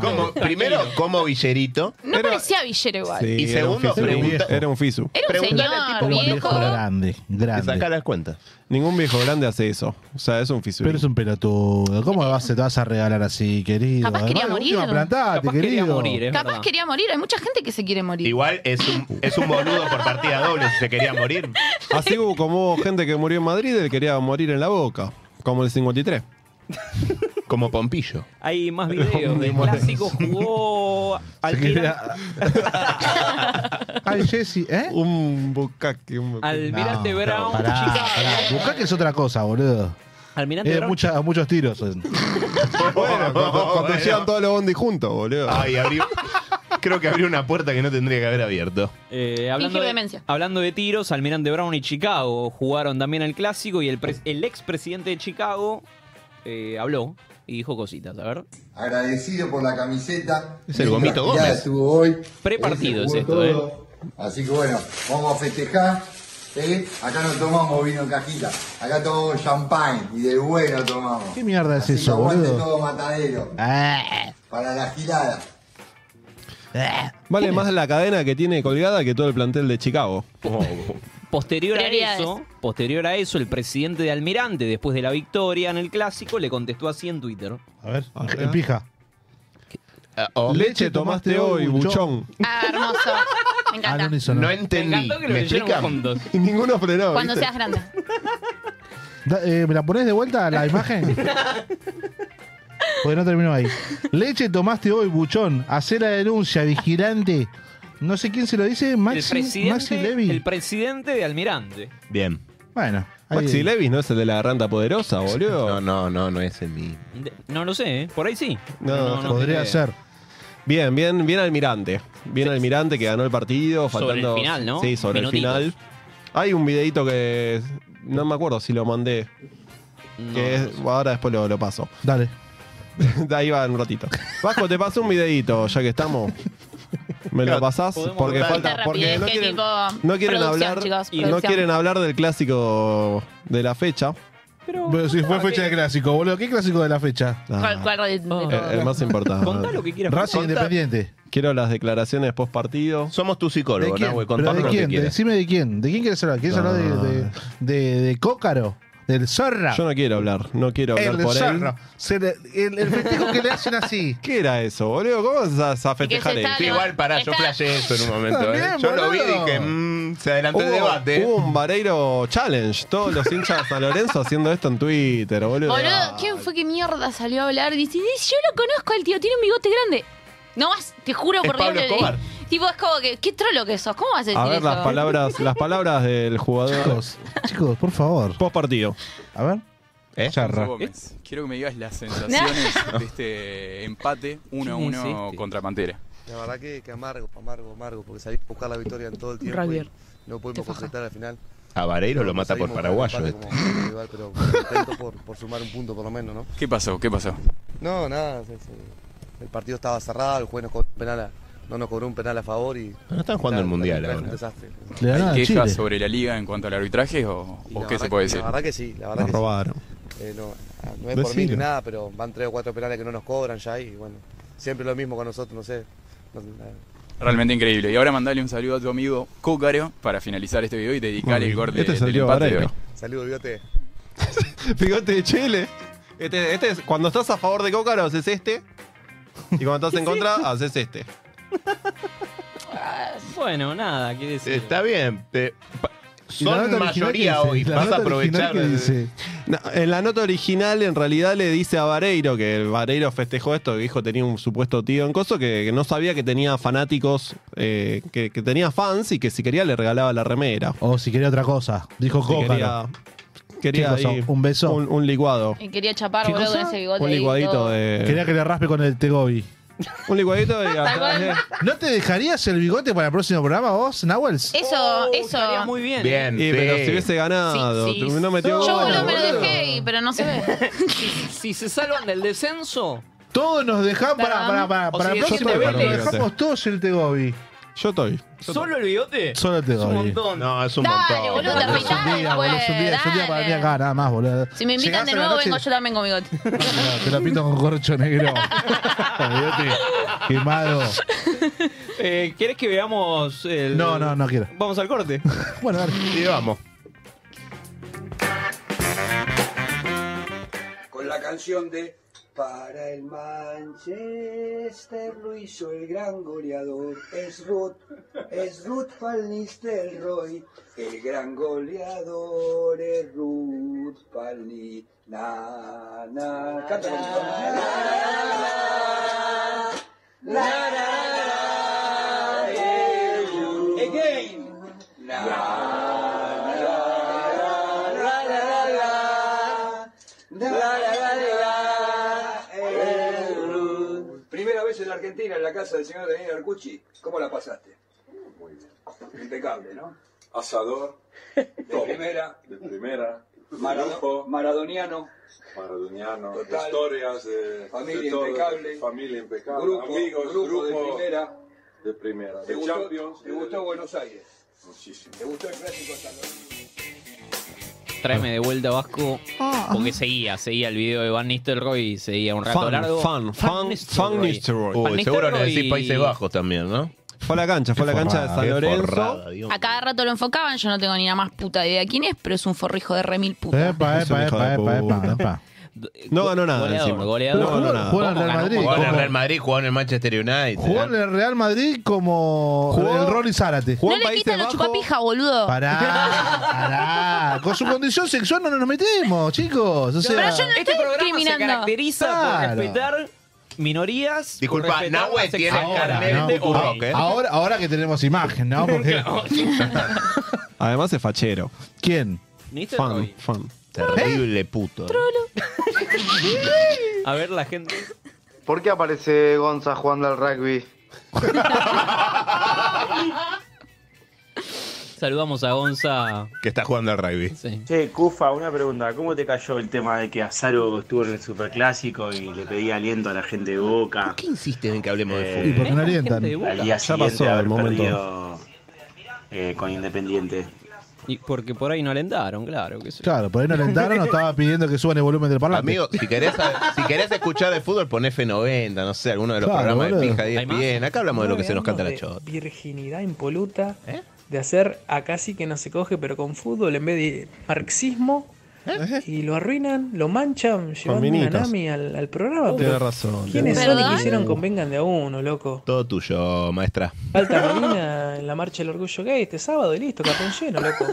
Speaker 2: Como, primero, como villerito.
Speaker 5: No parecía villero igual.
Speaker 4: Sí,
Speaker 2: Y
Speaker 4: era
Speaker 2: segundo,
Speaker 4: un fisu.
Speaker 2: pregunta-
Speaker 4: Era un fisu.
Speaker 5: Era un
Speaker 2: Preguntale
Speaker 5: señor
Speaker 2: al
Speaker 1: Como un viejo
Speaker 5: viejo.
Speaker 1: grande.
Speaker 2: Te saca
Speaker 1: Grande.
Speaker 2: las cuentas.
Speaker 4: Ningún viejo grande hace eso. O sea, es un fisu.
Speaker 1: Pero es un pelotudo. ¿Cómo vas, te vas a regalar así, querido?
Speaker 5: Capaz
Speaker 1: Además,
Speaker 5: quería
Speaker 1: de
Speaker 5: morir.
Speaker 1: última, plantate,
Speaker 3: Capaz
Speaker 1: querido.
Speaker 3: quería morir, es
Speaker 5: Capaz
Speaker 3: verdad.
Speaker 5: quería morir, hay mucha gente que se quiere morir.
Speaker 2: Igual es un, es un boludo por partida doble si se quería morir.
Speaker 4: Así hubo como hubo gente que murió en Madrid, él quería morir en la boca. Como el 53.
Speaker 2: Como Pompillo.
Speaker 3: Hay más videos del clásico jugó al, Miran-
Speaker 1: Ay, Jesse, ¿eh?
Speaker 4: Un bucaque, un bucaque.
Speaker 3: al este Mirante Brown.
Speaker 1: pará,
Speaker 3: chica.
Speaker 1: pará. Buscá que es otra cosa, boludo.
Speaker 3: Al Mirante
Speaker 1: Es de
Speaker 3: Brown.
Speaker 1: mucha- muchos tiros.
Speaker 4: Bueno, cuando, cuando
Speaker 2: Bueno.
Speaker 4: llegan todos los bondi juntos, boludo.
Speaker 2: Ay, abrió. Creo que abrió una puerta que no tendría que haber abierto.
Speaker 3: Eh, hablando,
Speaker 5: Fingir
Speaker 3: de,
Speaker 5: demencia.
Speaker 3: hablando de tiros, Almirante Brown y Chicago jugaron también al clásico y el, pres- el expresidente de Chicago eh, habló y dijo cositas, a ver.
Speaker 8: Agradecido por la camiseta.
Speaker 2: Es el Gomito
Speaker 8: Ya
Speaker 2: Gómez.
Speaker 8: estuvo hoy.
Speaker 3: Prepartido
Speaker 8: Eh, se
Speaker 3: es
Speaker 8: jugó
Speaker 3: esto,
Speaker 8: todo. Así que bueno, vamos a festejar. ¿eh? Acá no tomamos vino en cajita. Acá tomamos champagne y del bueno tomamos.
Speaker 1: ¿Qué mierda es
Speaker 8: Así que
Speaker 1: eso,
Speaker 8: aguante
Speaker 1: boludo?
Speaker 8: todo matadero.
Speaker 3: Ah.
Speaker 8: Para la girada.
Speaker 4: Vale más la cadena que tiene colgada que todo el plantel de Chicago.
Speaker 3: Posterior a
Speaker 5: Prioridades.
Speaker 3: eso, posterior a eso, el presidente de Almirante, después de la victoria en el clásico, le contestó así en Twitter.
Speaker 1: A ver,
Speaker 4: Ajá.
Speaker 1: en pija.
Speaker 2: Ah, oh.
Speaker 4: Leche tomaste hoy, buchón.
Speaker 5: Ah, hermoso. Me
Speaker 1: Ah, no,
Speaker 5: encanta.
Speaker 1: ni sonó.
Speaker 2: No
Speaker 3: Me
Speaker 2: entendí.
Speaker 3: encantó que lo
Speaker 2: ¿Me
Speaker 3: leyeron
Speaker 2: explica?
Speaker 3: juntos.
Speaker 4: Y ninguno frenó.
Speaker 5: Cuando
Speaker 4: ¿viste?
Speaker 5: seas grande.
Speaker 1: Da- eh, ¿Me la pones de vuelta la imagen? Porque no terminó ahí. Leche tomaste hoy, buchón. Hacer la denuncia, vigilante. No sé quién se lo dice,
Speaker 3: El
Speaker 1: Maxi, Maxi
Speaker 3: presidente,
Speaker 1: Levy.
Speaker 3: el presidente de Almirante.
Speaker 2: Bien.
Speaker 1: Bueno, ahí-
Speaker 4: Maxi Levis no es el de la ranta poderosa, boludo.
Speaker 2: No, no, no, no es en mí.
Speaker 3: De- no lo sé, ¿eh? por ahí sí.
Speaker 4: No,
Speaker 1: podría
Speaker 3: sé.
Speaker 1: ser.
Speaker 4: Bien, bien, bien almirante. Bien almirante que ganó el partido.
Speaker 3: Sobre el
Speaker 4: Faltando,
Speaker 3: final, ¿no?
Speaker 4: Sí, sobre
Speaker 3: Minutitos.
Speaker 4: el final. Hay un videito que no me acuerdo si lo mandé.
Speaker 3: No,
Speaker 4: que es- ahora después lo, lo paso.
Speaker 1: Dale.
Speaker 4: De ahí va en un ratito. Vasco, te paso un videito, ya que estamos. ¿Me lo pasás?
Speaker 3: podemos
Speaker 4: Porque
Speaker 2: hablar.
Speaker 4: falta.
Speaker 5: Esta
Speaker 4: Porque
Speaker 5: rapidez
Speaker 4: no
Speaker 5: que
Speaker 4: quieren,
Speaker 5: tipo
Speaker 4: no quieren
Speaker 5: producción,
Speaker 4: hablar.
Speaker 5: chicos,
Speaker 4: y no
Speaker 5: producción.
Speaker 4: quieren hablar del clásico de la fecha.
Speaker 1: Pero si fue fecha de clásico, boludo. ¿Qué clásico de la fecha?
Speaker 4: Ah,
Speaker 5: ¿Cuál, cuál de-
Speaker 3: Oh.
Speaker 5: de
Speaker 4: eh,
Speaker 5: todo?
Speaker 4: el más
Speaker 3: Contá lo
Speaker 4: importante.
Speaker 3: que quieras.
Speaker 1: Racing
Speaker 3: contar.
Speaker 1: Independiente.
Speaker 4: Quiero las declaraciones post partido.
Speaker 2: Somos tu
Speaker 1: ¿De
Speaker 2: psicólogo,
Speaker 1: quién?
Speaker 2: Nahue.
Speaker 1: ¿Pero
Speaker 2: Contanos
Speaker 1: de
Speaker 2: lo que
Speaker 1: quién?
Speaker 2: quieras.
Speaker 1: Decime de quién. ¿De quién quieres hablar? ¿Quieres hablar de,
Speaker 4: No.
Speaker 1: de, de- de Cócaro? ¿Del Zorra?
Speaker 4: Yo no quiero hablar, no quiero hablar
Speaker 1: el
Speaker 4: por él.
Speaker 1: Zorro. Se le- el, el festejo que le hacen así.
Speaker 4: ¿Qué era eso, boludo? ¿Cómo vas a, a festejar
Speaker 5: se
Speaker 4: eso?
Speaker 5: está-
Speaker 2: Sí, igual, pará, yo
Speaker 5: Está-
Speaker 2: flasheé eso en un momento. ¿eh?
Speaker 1: También,
Speaker 2: Yo lo vi y
Speaker 1: boludo.
Speaker 2: dije, mmm, se adelantó el debate.
Speaker 4: Hubo un Vareiro Challenge. Todos los hinchas de San Lorenzo haciendo esto en Twitter, boludo.
Speaker 5: Boludo, ¿quién fue que mierda salió a hablar? Dice, "Sí, yo lo conozco al tío, tiene un bigote grande. No vas, te juro
Speaker 4: Es
Speaker 5: por
Speaker 4: Pablo
Speaker 5: Dios. que-
Speaker 4: Escobar.
Speaker 5: Tipo, es como que, qué trolo que sos, ¿cómo vas a decir
Speaker 4: A ver
Speaker 5: eso?
Speaker 4: las palabras, las palabras del jugador. Chicos,
Speaker 1: por favor.
Speaker 4: Post partido. ¿Eh?
Speaker 1: A ver.
Speaker 11: Gonzalo Gómez, Quiero que me digas las sensaciones de este empate 1 a
Speaker 12: ¿Quién
Speaker 11: 1
Speaker 12: es este?
Speaker 11: contra Pantera.
Speaker 12: La verdad que, que amargo, amargo, amargo, porque salimos a buscar la victoria en todo el tiempo.
Speaker 11: Javier,
Speaker 12: y no pudimos concretar al final.
Speaker 2: A Vareiro lo mata por
Speaker 12: Salimos con el
Speaker 2: paraguayo.
Speaker 12: empate
Speaker 2: este.
Speaker 12: como rival, pero contento por, por sumar un punto por lo menos, ¿no?
Speaker 11: ¿Qué pasó? ¿Qué pasó?
Speaker 12: No, nada, se- se- el partido estaba cerrado, el juez nos cobró un penal a- no nos cobró un penal a favor y...
Speaker 2: No están jugando el Mundial
Speaker 12: fue
Speaker 2: ahora.
Speaker 12: un desastre.
Speaker 1: Le ganaron a
Speaker 11: ¿Hay
Speaker 1: Chile.
Speaker 11: quejas sobre la liga en cuanto al arbitraje o,
Speaker 12: Y
Speaker 11: o
Speaker 12: la
Speaker 11: qué se
Speaker 12: verdad-
Speaker 11: puede decir?
Speaker 12: La verdad que sí, la verdad
Speaker 4: Nos
Speaker 12: que sí.
Speaker 4: robaron.
Speaker 12: Eh, no, no es por mí
Speaker 4: Decilo.
Speaker 12: ni nada, pero van tres o cuatro penales que no nos cobran ya y bueno, siempre lo mismo con nosotros, no sé. No- la-
Speaker 11: Realmente increíble. Y ahora mandale un saludo a tu amigo Cócaro para finalizar este video y
Speaker 4: Muy
Speaker 11: dedicarle el
Speaker 4: bien.
Speaker 11: gol de,
Speaker 4: Este es el
Speaker 11: del
Speaker 4: Diego
Speaker 11: empate de
Speaker 4: Vareiro.
Speaker 11: hoy.
Speaker 12: Saludos, bigote.
Speaker 4: Bigote de Chile. Este, este es, cuando estás a favor de Cócaro, haces este. Y cuando estás en contra, haces este.
Speaker 3: Bueno, nada, ¿qué decir?
Speaker 2: Está bien. te- pa-
Speaker 4: Y la
Speaker 2: son
Speaker 4: nota original
Speaker 2: mayoría
Speaker 4: que dice,
Speaker 2: hoy.
Speaker 4: la
Speaker 2: Vas a
Speaker 4: nota original
Speaker 2: aprovechar.
Speaker 4: que dice. No, en la nota original, en realidad, le dice a Vareiro que el Vareiro festejó esto, que dijo tenía un supuesto tío en Coso, que, que no sabía que tenía fanáticos, eh, que, que tenía fans y que si quería le regalaba la remera.
Speaker 1: O Oh, si quería otra cosa. Dijo
Speaker 4: Si
Speaker 1: Coca.
Speaker 4: quería- quería
Speaker 1: ¿Qué cosa?
Speaker 4: ahí
Speaker 1: un beso.
Speaker 4: Un, un licuado.
Speaker 5: Y quería chapar, boludo, con ese bigote.
Speaker 4: Un
Speaker 5: y
Speaker 4: licuadito
Speaker 5: todo.
Speaker 4: de.
Speaker 1: Quería que le raspe con el Tegobi.
Speaker 4: Un licuadito de. eh.
Speaker 1: ¿No te dejarías el bigote para el próximo programa vos, Nahuels?
Speaker 5: Eso, eso.
Speaker 3: Oh, muy ¿eh?
Speaker 2: Bien,
Speaker 4: Y,
Speaker 2: sí.
Speaker 4: Pero si hubiese ganado,
Speaker 3: Sí, sí.
Speaker 4: no metió
Speaker 5: Yo
Speaker 4: gol,
Speaker 5: boludo, me lo
Speaker 4: boludo.
Speaker 5: dejé, y- pero no se ve.
Speaker 3: si, si se salvan del descenso,
Speaker 1: Todos nos dejamos para,
Speaker 3: Perdón.
Speaker 1: para, para,
Speaker 3: O
Speaker 1: para
Speaker 3: si
Speaker 1: el próximo
Speaker 3: decirte
Speaker 1: programa.
Speaker 3: Vélez.
Speaker 1: Dejamos todos el Tegobi.
Speaker 4: Yo estoy.
Speaker 3: ¿solo el bigote?
Speaker 1: Solo el Tegobi.
Speaker 3: Es un montón.
Speaker 2: No, es un
Speaker 5: Dale, boludo, te
Speaker 1: Es un día,
Speaker 5: afeitás,
Speaker 1: boludo, es un día, es un día para
Speaker 5: dale.
Speaker 1: mí acá, nada más, boludo.
Speaker 5: Si me invitan
Speaker 1: Llegás
Speaker 5: de
Speaker 1: a la
Speaker 5: nuevo,
Speaker 1: noche,
Speaker 5: vengo yo también con bigote.
Speaker 1: no, Te lo pinto con corcho negro. Olvídate. Quemado.
Speaker 3: Eh, ¿Querés que veamos el.
Speaker 1: No, no, no quiero.
Speaker 3: Vamos al corte.
Speaker 1: Bueno, dale.
Speaker 2: Y vamos.
Speaker 13: con la canción de Para el Manchester lo hizo el gran goleador. Es Ruth, es Ruth Van Nistelrooy. El gran goleador es Ruth Van Ni- Na, na. Canta conmigo. La, la, la, es Ruth. La, la, la, la, la, la. La, la, la, la,
Speaker 3: Eh,
Speaker 13: el Ruth. Primera vez en la Argentina, en la casa del señor Daniel Arcucci. ¿Cómo la pasaste? Muy bien. Impecable, ¿no? Asador. De primera. De primera. maradoniano.
Speaker 14: Maradoniano,
Speaker 13: Total.
Speaker 14: historias de
Speaker 13: Familia
Speaker 14: de todo,
Speaker 13: impecable.
Speaker 14: familia impecable,
Speaker 13: Grupo,
Speaker 14: amigos,
Speaker 13: grupo de
Speaker 14: primera, de primera,
Speaker 13: ¿Te
Speaker 14: de
Speaker 13: gustó,
Speaker 14: Champions,
Speaker 13: te gustó Buenos Aires?
Speaker 14: muchísimo.
Speaker 13: ¿Te gustó el clásico de San Lorenzo?
Speaker 3: Tráeme de vuelta Vasco.
Speaker 13: Ah.
Speaker 3: Porque seguía, seguía el video de Van Nistelrooy y seguía un rato
Speaker 4: Fan,
Speaker 3: largo.
Speaker 4: fan, fan, fan Nistelrooy.
Speaker 2: Uy,
Speaker 3: Van
Speaker 2: seguro nos
Speaker 3: Nistelrooy.
Speaker 2: decís Países Bajos también, ¿no?
Speaker 4: Fue a la cancha, fue a la cancha de San Lorenzo.
Speaker 5: A cada rato lo enfocaban, yo no tengo ni la más puta idea quién es, pero es un forrijo de remil
Speaker 4: Eh,
Speaker 5: puta.
Speaker 1: Epa,
Speaker 4: Es un
Speaker 1: epa,
Speaker 4: hijo de
Speaker 1: epa, epa, epa,
Speaker 4: puta.
Speaker 1: epa.
Speaker 4: No ganó nada
Speaker 3: Goleador,
Speaker 4: encima.
Speaker 3: goleador.
Speaker 4: No ganó nada.
Speaker 1: Jugó en el Real Madrid.
Speaker 2: Jugó en el
Speaker 1: como-
Speaker 2: Real Madrid, jugó en el Manchester United.
Speaker 1: Jugó en el Real Madrid como el Rolly Zárate.
Speaker 5: No le quitan los chupapijas, boludo.
Speaker 1: Pará, pará. Con su condición sexual no nos metemos, chicos. O sea,
Speaker 5: Pero yo no
Speaker 3: este
Speaker 5: estoy
Speaker 3: programa se
Speaker 5: discriminando.
Speaker 3: caracteriza
Speaker 1: Claro.
Speaker 3: por respetar minorías. por
Speaker 2: Disculpa,
Speaker 3: respetar
Speaker 2: Nahue
Speaker 3: la
Speaker 2: tiene
Speaker 3: sexualidad.
Speaker 2: carnet
Speaker 1: ¿no?
Speaker 2: de
Speaker 1: Ah,
Speaker 2: Uroc, ¿eh?
Speaker 1: ahora, ahora que tenemos imagen, ¿no? Porque-
Speaker 4: Además es fachero.
Speaker 1: ¿Quién?
Speaker 4: Fan, fan.
Speaker 2: Terrible puto.
Speaker 3: A ver la gente.
Speaker 15: ¿Por qué aparece Gonza jugando al rugby?
Speaker 3: Saludamos a Gonza.
Speaker 2: Que está jugando al rugby.
Speaker 9: Che, Cufa, una pregunta. ¿Cómo te cayó el tema de que Azaro estuvo en el Superclásico y le pedía aliento a la gente de Boca? Eh, ¿Por
Speaker 2: qué insisten en que hablemos
Speaker 9: de
Speaker 1: Y porque no alientan.
Speaker 9: Al día
Speaker 1: Ya
Speaker 9: siguiente
Speaker 1: pasó
Speaker 9: haber
Speaker 1: el momento.
Speaker 9: perdido, eh, con Independiente.
Speaker 3: Y porque por ahí no alentaron, claro. Que sí.
Speaker 1: Claro, por ahí no alentaron, no estaba pidiendo que suban el volumen del parlante.
Speaker 2: Amigo, si querés, si querés escuchar de fútbol, pon F90, no sé, alguno de los
Speaker 1: Claro,
Speaker 2: programas
Speaker 1: boludo.
Speaker 2: de
Speaker 1: ¿Hay
Speaker 2: Pija
Speaker 1: más? eh,
Speaker 2: bien. Acá hablamos de lo que se nos canta la chota. ¿Eh?
Speaker 16: Virginidad impoluta de hacer acá sí que no se coge, pero con fútbol en vez de marxismo,
Speaker 2: ¿Eh?
Speaker 16: Y lo arruinan, lo manchan, llevando una
Speaker 4: minitas.
Speaker 16: Nami al, al programa.
Speaker 4: Tienes
Speaker 16: pero
Speaker 4: razón.
Speaker 16: ¿Quiénes
Speaker 4: Tienes
Speaker 16: son y
Speaker 4: razón.
Speaker 16: quisieron convengan de a uno, loco?
Speaker 2: Todo tuyo, maestra.
Speaker 16: Alta Marina en la marcha del orgullo gay este sábado y listo, cartón lleno, loco.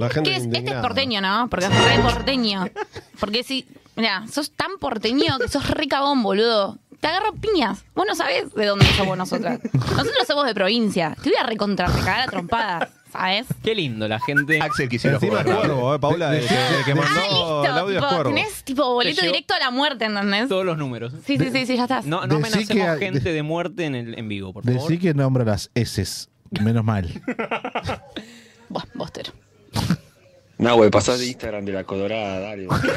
Speaker 4: La gente
Speaker 5: ¿Qué es? Este es porteño, ¿no? Porque es re porteño. Porque si, mira, sos tan porteño que sos re cagón, boludo. Te agarro piñas. Vos no sabés de dónde somos nosotras. Nosotros somos de provincia. Te voy a recontra, te cagar a trompada, ¿sabes?
Speaker 3: Qué lindo la gente.
Speaker 2: Axel
Speaker 4: quisiera Encima jugar. es cuervo, eh, Paula, el que- el que mandó
Speaker 5: Ah,
Speaker 2: Oh,
Speaker 5: Listo, tipo, tenés tipo boleto
Speaker 3: Te llevo-
Speaker 5: directo a la muerte, ¿entendés?
Speaker 3: Todos los números.
Speaker 5: Sí, sí, sí, sí, ya estás.
Speaker 3: No, no
Speaker 1: Decí
Speaker 3: amenacemos
Speaker 1: que-
Speaker 3: gente de muerte en, el, en vivo, por favor.
Speaker 1: Decí que nombra las S. Menos mal.
Speaker 5: Buah, Buster.
Speaker 7: No, güey, pasás de Instagram de la Colorada, dale.
Speaker 2: no,
Speaker 5: Este
Speaker 2: no,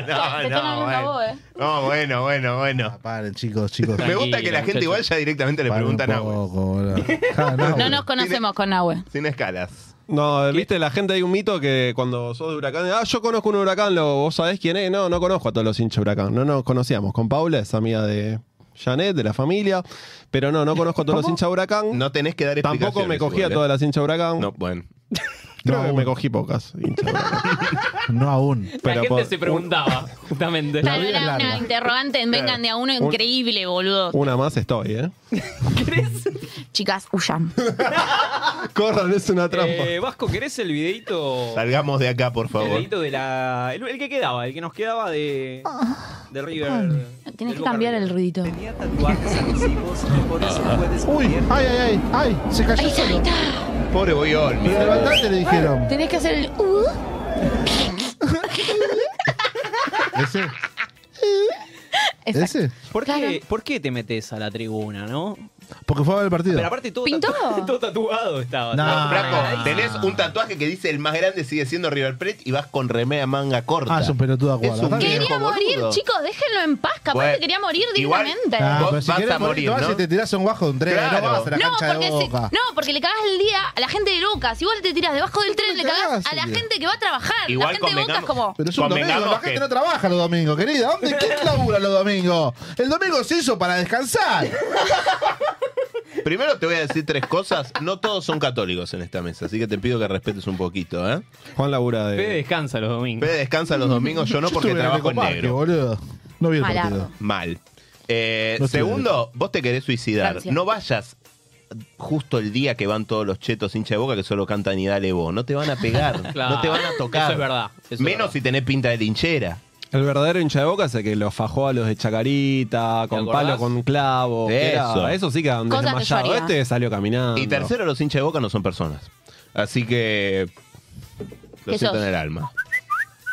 Speaker 2: no,
Speaker 5: Te toman una
Speaker 2: bueno.
Speaker 5: voz, ¿eh?
Speaker 2: No, bueno, bueno, bueno.
Speaker 1: Ah, Paren, chicos, chicos.
Speaker 2: Me gusta que la gente igual ya directamente le preguntan a
Speaker 5: No nos conocemos con Nahue.
Speaker 2: Sin escalas.
Speaker 4: No, viste, la gente hay un mito que cuando sos de huracán, ah, yo conozco un huracán, lo, vos sabés quién es. No, no conozco a todos los hinchas de huracán. No nos conocíamos. Con Paula es amiga de Janet, de la familia. Pero no, no conozco a todos los hinchas de huracán.
Speaker 2: No tenés que dar
Speaker 4: Tampoco me
Speaker 2: explicaciones
Speaker 4: cogí a
Speaker 2: igual, eh.
Speaker 4: todas las hinchas de huracán.
Speaker 2: No, bueno.
Speaker 4: Creo que me cogí pocas hinchas de huracán.
Speaker 1: No aún.
Speaker 3: La
Speaker 4: Pero
Speaker 3: gente
Speaker 4: por-
Speaker 3: se preguntaba, justamente.
Speaker 5: Claro, era una interrogante en Vengan de a uno
Speaker 4: Un-
Speaker 5: increíble, boludo.
Speaker 4: Una más estoy, ¿eh?
Speaker 5: Chicas, huyan.
Speaker 4: Corran, es una trampa.
Speaker 3: Eh, Vasco, ¿querés el videito?
Speaker 2: Salgamos de acá, por
Speaker 3: El
Speaker 2: favor.
Speaker 3: videito de la. El, el que quedaba, el que nos quedaba de.
Speaker 5: Ah.
Speaker 3: De River.
Speaker 4: Ah,
Speaker 5: Tienes que cambiar el ruidito.
Speaker 1: Uy, ay, ay, ay, ay, se
Speaker 5: Ahí
Speaker 1: cayó
Speaker 5: está, ahí
Speaker 1: solo.
Speaker 5: está.
Speaker 2: Pobre Boy Olmi.
Speaker 1: Levantate, le dijeron.
Speaker 5: Tenés que hacer el. Uh.
Speaker 1: ¿Ese? ¿Ese?
Speaker 3: ¿Por, qué, ¿Por qué te metes a la tribuna, no?
Speaker 1: Porque fue a ver el partido.
Speaker 3: Pero aparte todo, tatu- todo tatuado estaba.
Speaker 1: No.
Speaker 3: Estaba
Speaker 2: Flaco,
Speaker 3: preparadísimo.
Speaker 2: tenés un tatuaje que dice el más grande sigue siendo River Plate y vas con remera manga corta.
Speaker 1: Ah, es un pelotudo a
Speaker 2: Es un
Speaker 5: Quería
Speaker 2: viejo
Speaker 5: morir,
Speaker 2: boludo.
Speaker 5: chicos, déjenlo en paz. Capaz
Speaker 2: Bueno,
Speaker 5: que quería morir
Speaker 2: igual-
Speaker 5: dignamente.
Speaker 2: Ah,
Speaker 1: Ah,
Speaker 2: Vos
Speaker 1: pero si
Speaker 2: vas
Speaker 1: querés
Speaker 2: a
Speaker 1: morir, te
Speaker 2: morir,
Speaker 1: vas
Speaker 2: ¿no?
Speaker 1: y te tirás un guajo de un tren,
Speaker 2: Claro.
Speaker 1: no vas a la
Speaker 5: No
Speaker 1: cancha de
Speaker 5: porque, si-
Speaker 1: boca.
Speaker 5: no, porque le cagás el día a la gente de Boca. Si vos te tirás debajo del tren, le cagás a la
Speaker 1: Silvia.
Speaker 5: gente que va a trabajar.
Speaker 2: Igual
Speaker 5: la gente de Boca es
Speaker 2: convengamos-
Speaker 5: como.
Speaker 1: Pero es un domingo,
Speaker 2: Convengamos
Speaker 1: la
Speaker 2: que-
Speaker 1: gente no trabaja los domingos, querida. ¿Dónde? ¿Quién labura los domingos? El domingo se hizo para descansar.
Speaker 2: Primero te voy a decir tres cosas. No todos son católicos en esta mesa, así que te pido que respetes un poquito, ¿eh?
Speaker 4: Juan labura
Speaker 3: Fede descansa los domingos.
Speaker 2: Fede descansa los domingos, yo no
Speaker 1: Yo
Speaker 2: porque
Speaker 1: estuve en el
Speaker 2: trabajo en
Speaker 1: Ecoparque,
Speaker 2: negro.
Speaker 1: boludo. No vi el
Speaker 5: Malardo.
Speaker 1: partido.
Speaker 2: Mal. Eh,
Speaker 1: No estoy
Speaker 2: segundo, vos te querés suicidar.
Speaker 5: Francia.
Speaker 2: No vayas justo el día que van todos los chetos hincha de boca que solo cantan y dale vos. No te van a pegar,
Speaker 3: Claro.
Speaker 2: no te van a tocar.
Speaker 3: Eso es verdad, eso es
Speaker 2: Menos
Speaker 3: verdad.
Speaker 2: si tenés pinta de linchera.
Speaker 4: El verdadero hincha de boca es el que los fajó a los de Chacarita, con
Speaker 2: acordás?
Speaker 4: palo, con clavo. Oh, que era-
Speaker 2: Eso.
Speaker 4: Eso. sí que
Speaker 5: Cosas de
Speaker 4: desmayado.
Speaker 5: Florida.
Speaker 4: Este salió caminando.
Speaker 2: Y tercero, los hinchas de boca no son personas. Así que. Lo
Speaker 5: ¿Qué
Speaker 2: siento
Speaker 5: sos?
Speaker 2: en el alma.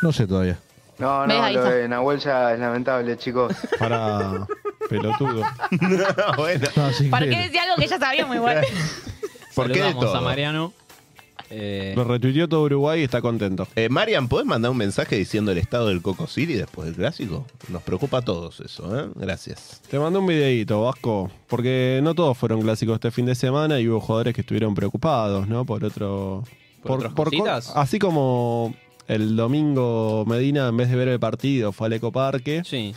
Speaker 1: No sé todavía.
Speaker 15: No,
Speaker 5: Ves,
Speaker 15: no,
Speaker 5: ahí
Speaker 15: lo
Speaker 5: está.
Speaker 15: de Nahuel ya es lamentable, chicos.
Speaker 4: Para pelotudo.
Speaker 2: No, bueno.
Speaker 1: No, sí,
Speaker 5: ¿Para
Speaker 1: creo.
Speaker 5: qué decía algo que ya sabíamos igual?
Speaker 2: ¿Por qué de
Speaker 3: Saludamos a
Speaker 2: todo?
Speaker 3: Mariano. Eh,
Speaker 4: Lo retuiteó todo Uruguay y está contento.
Speaker 2: Eh, Marian, ¿podés mandar un mensaje diciendo el estado del Coco City después del clásico? Nos preocupa a todos eso, ¿eh? Gracias.
Speaker 4: Te mandé un videíto, Vasco, porque no todos fueron clásicos este fin de semana y hubo jugadores que estuvieron preocupados, ¿no? Por otro...
Speaker 3: ¿Por otras
Speaker 4: co-
Speaker 3: cositas?
Speaker 4: Así como el domingo Medina, en vez de ver el partido, fue al Ecoparque.
Speaker 3: sí.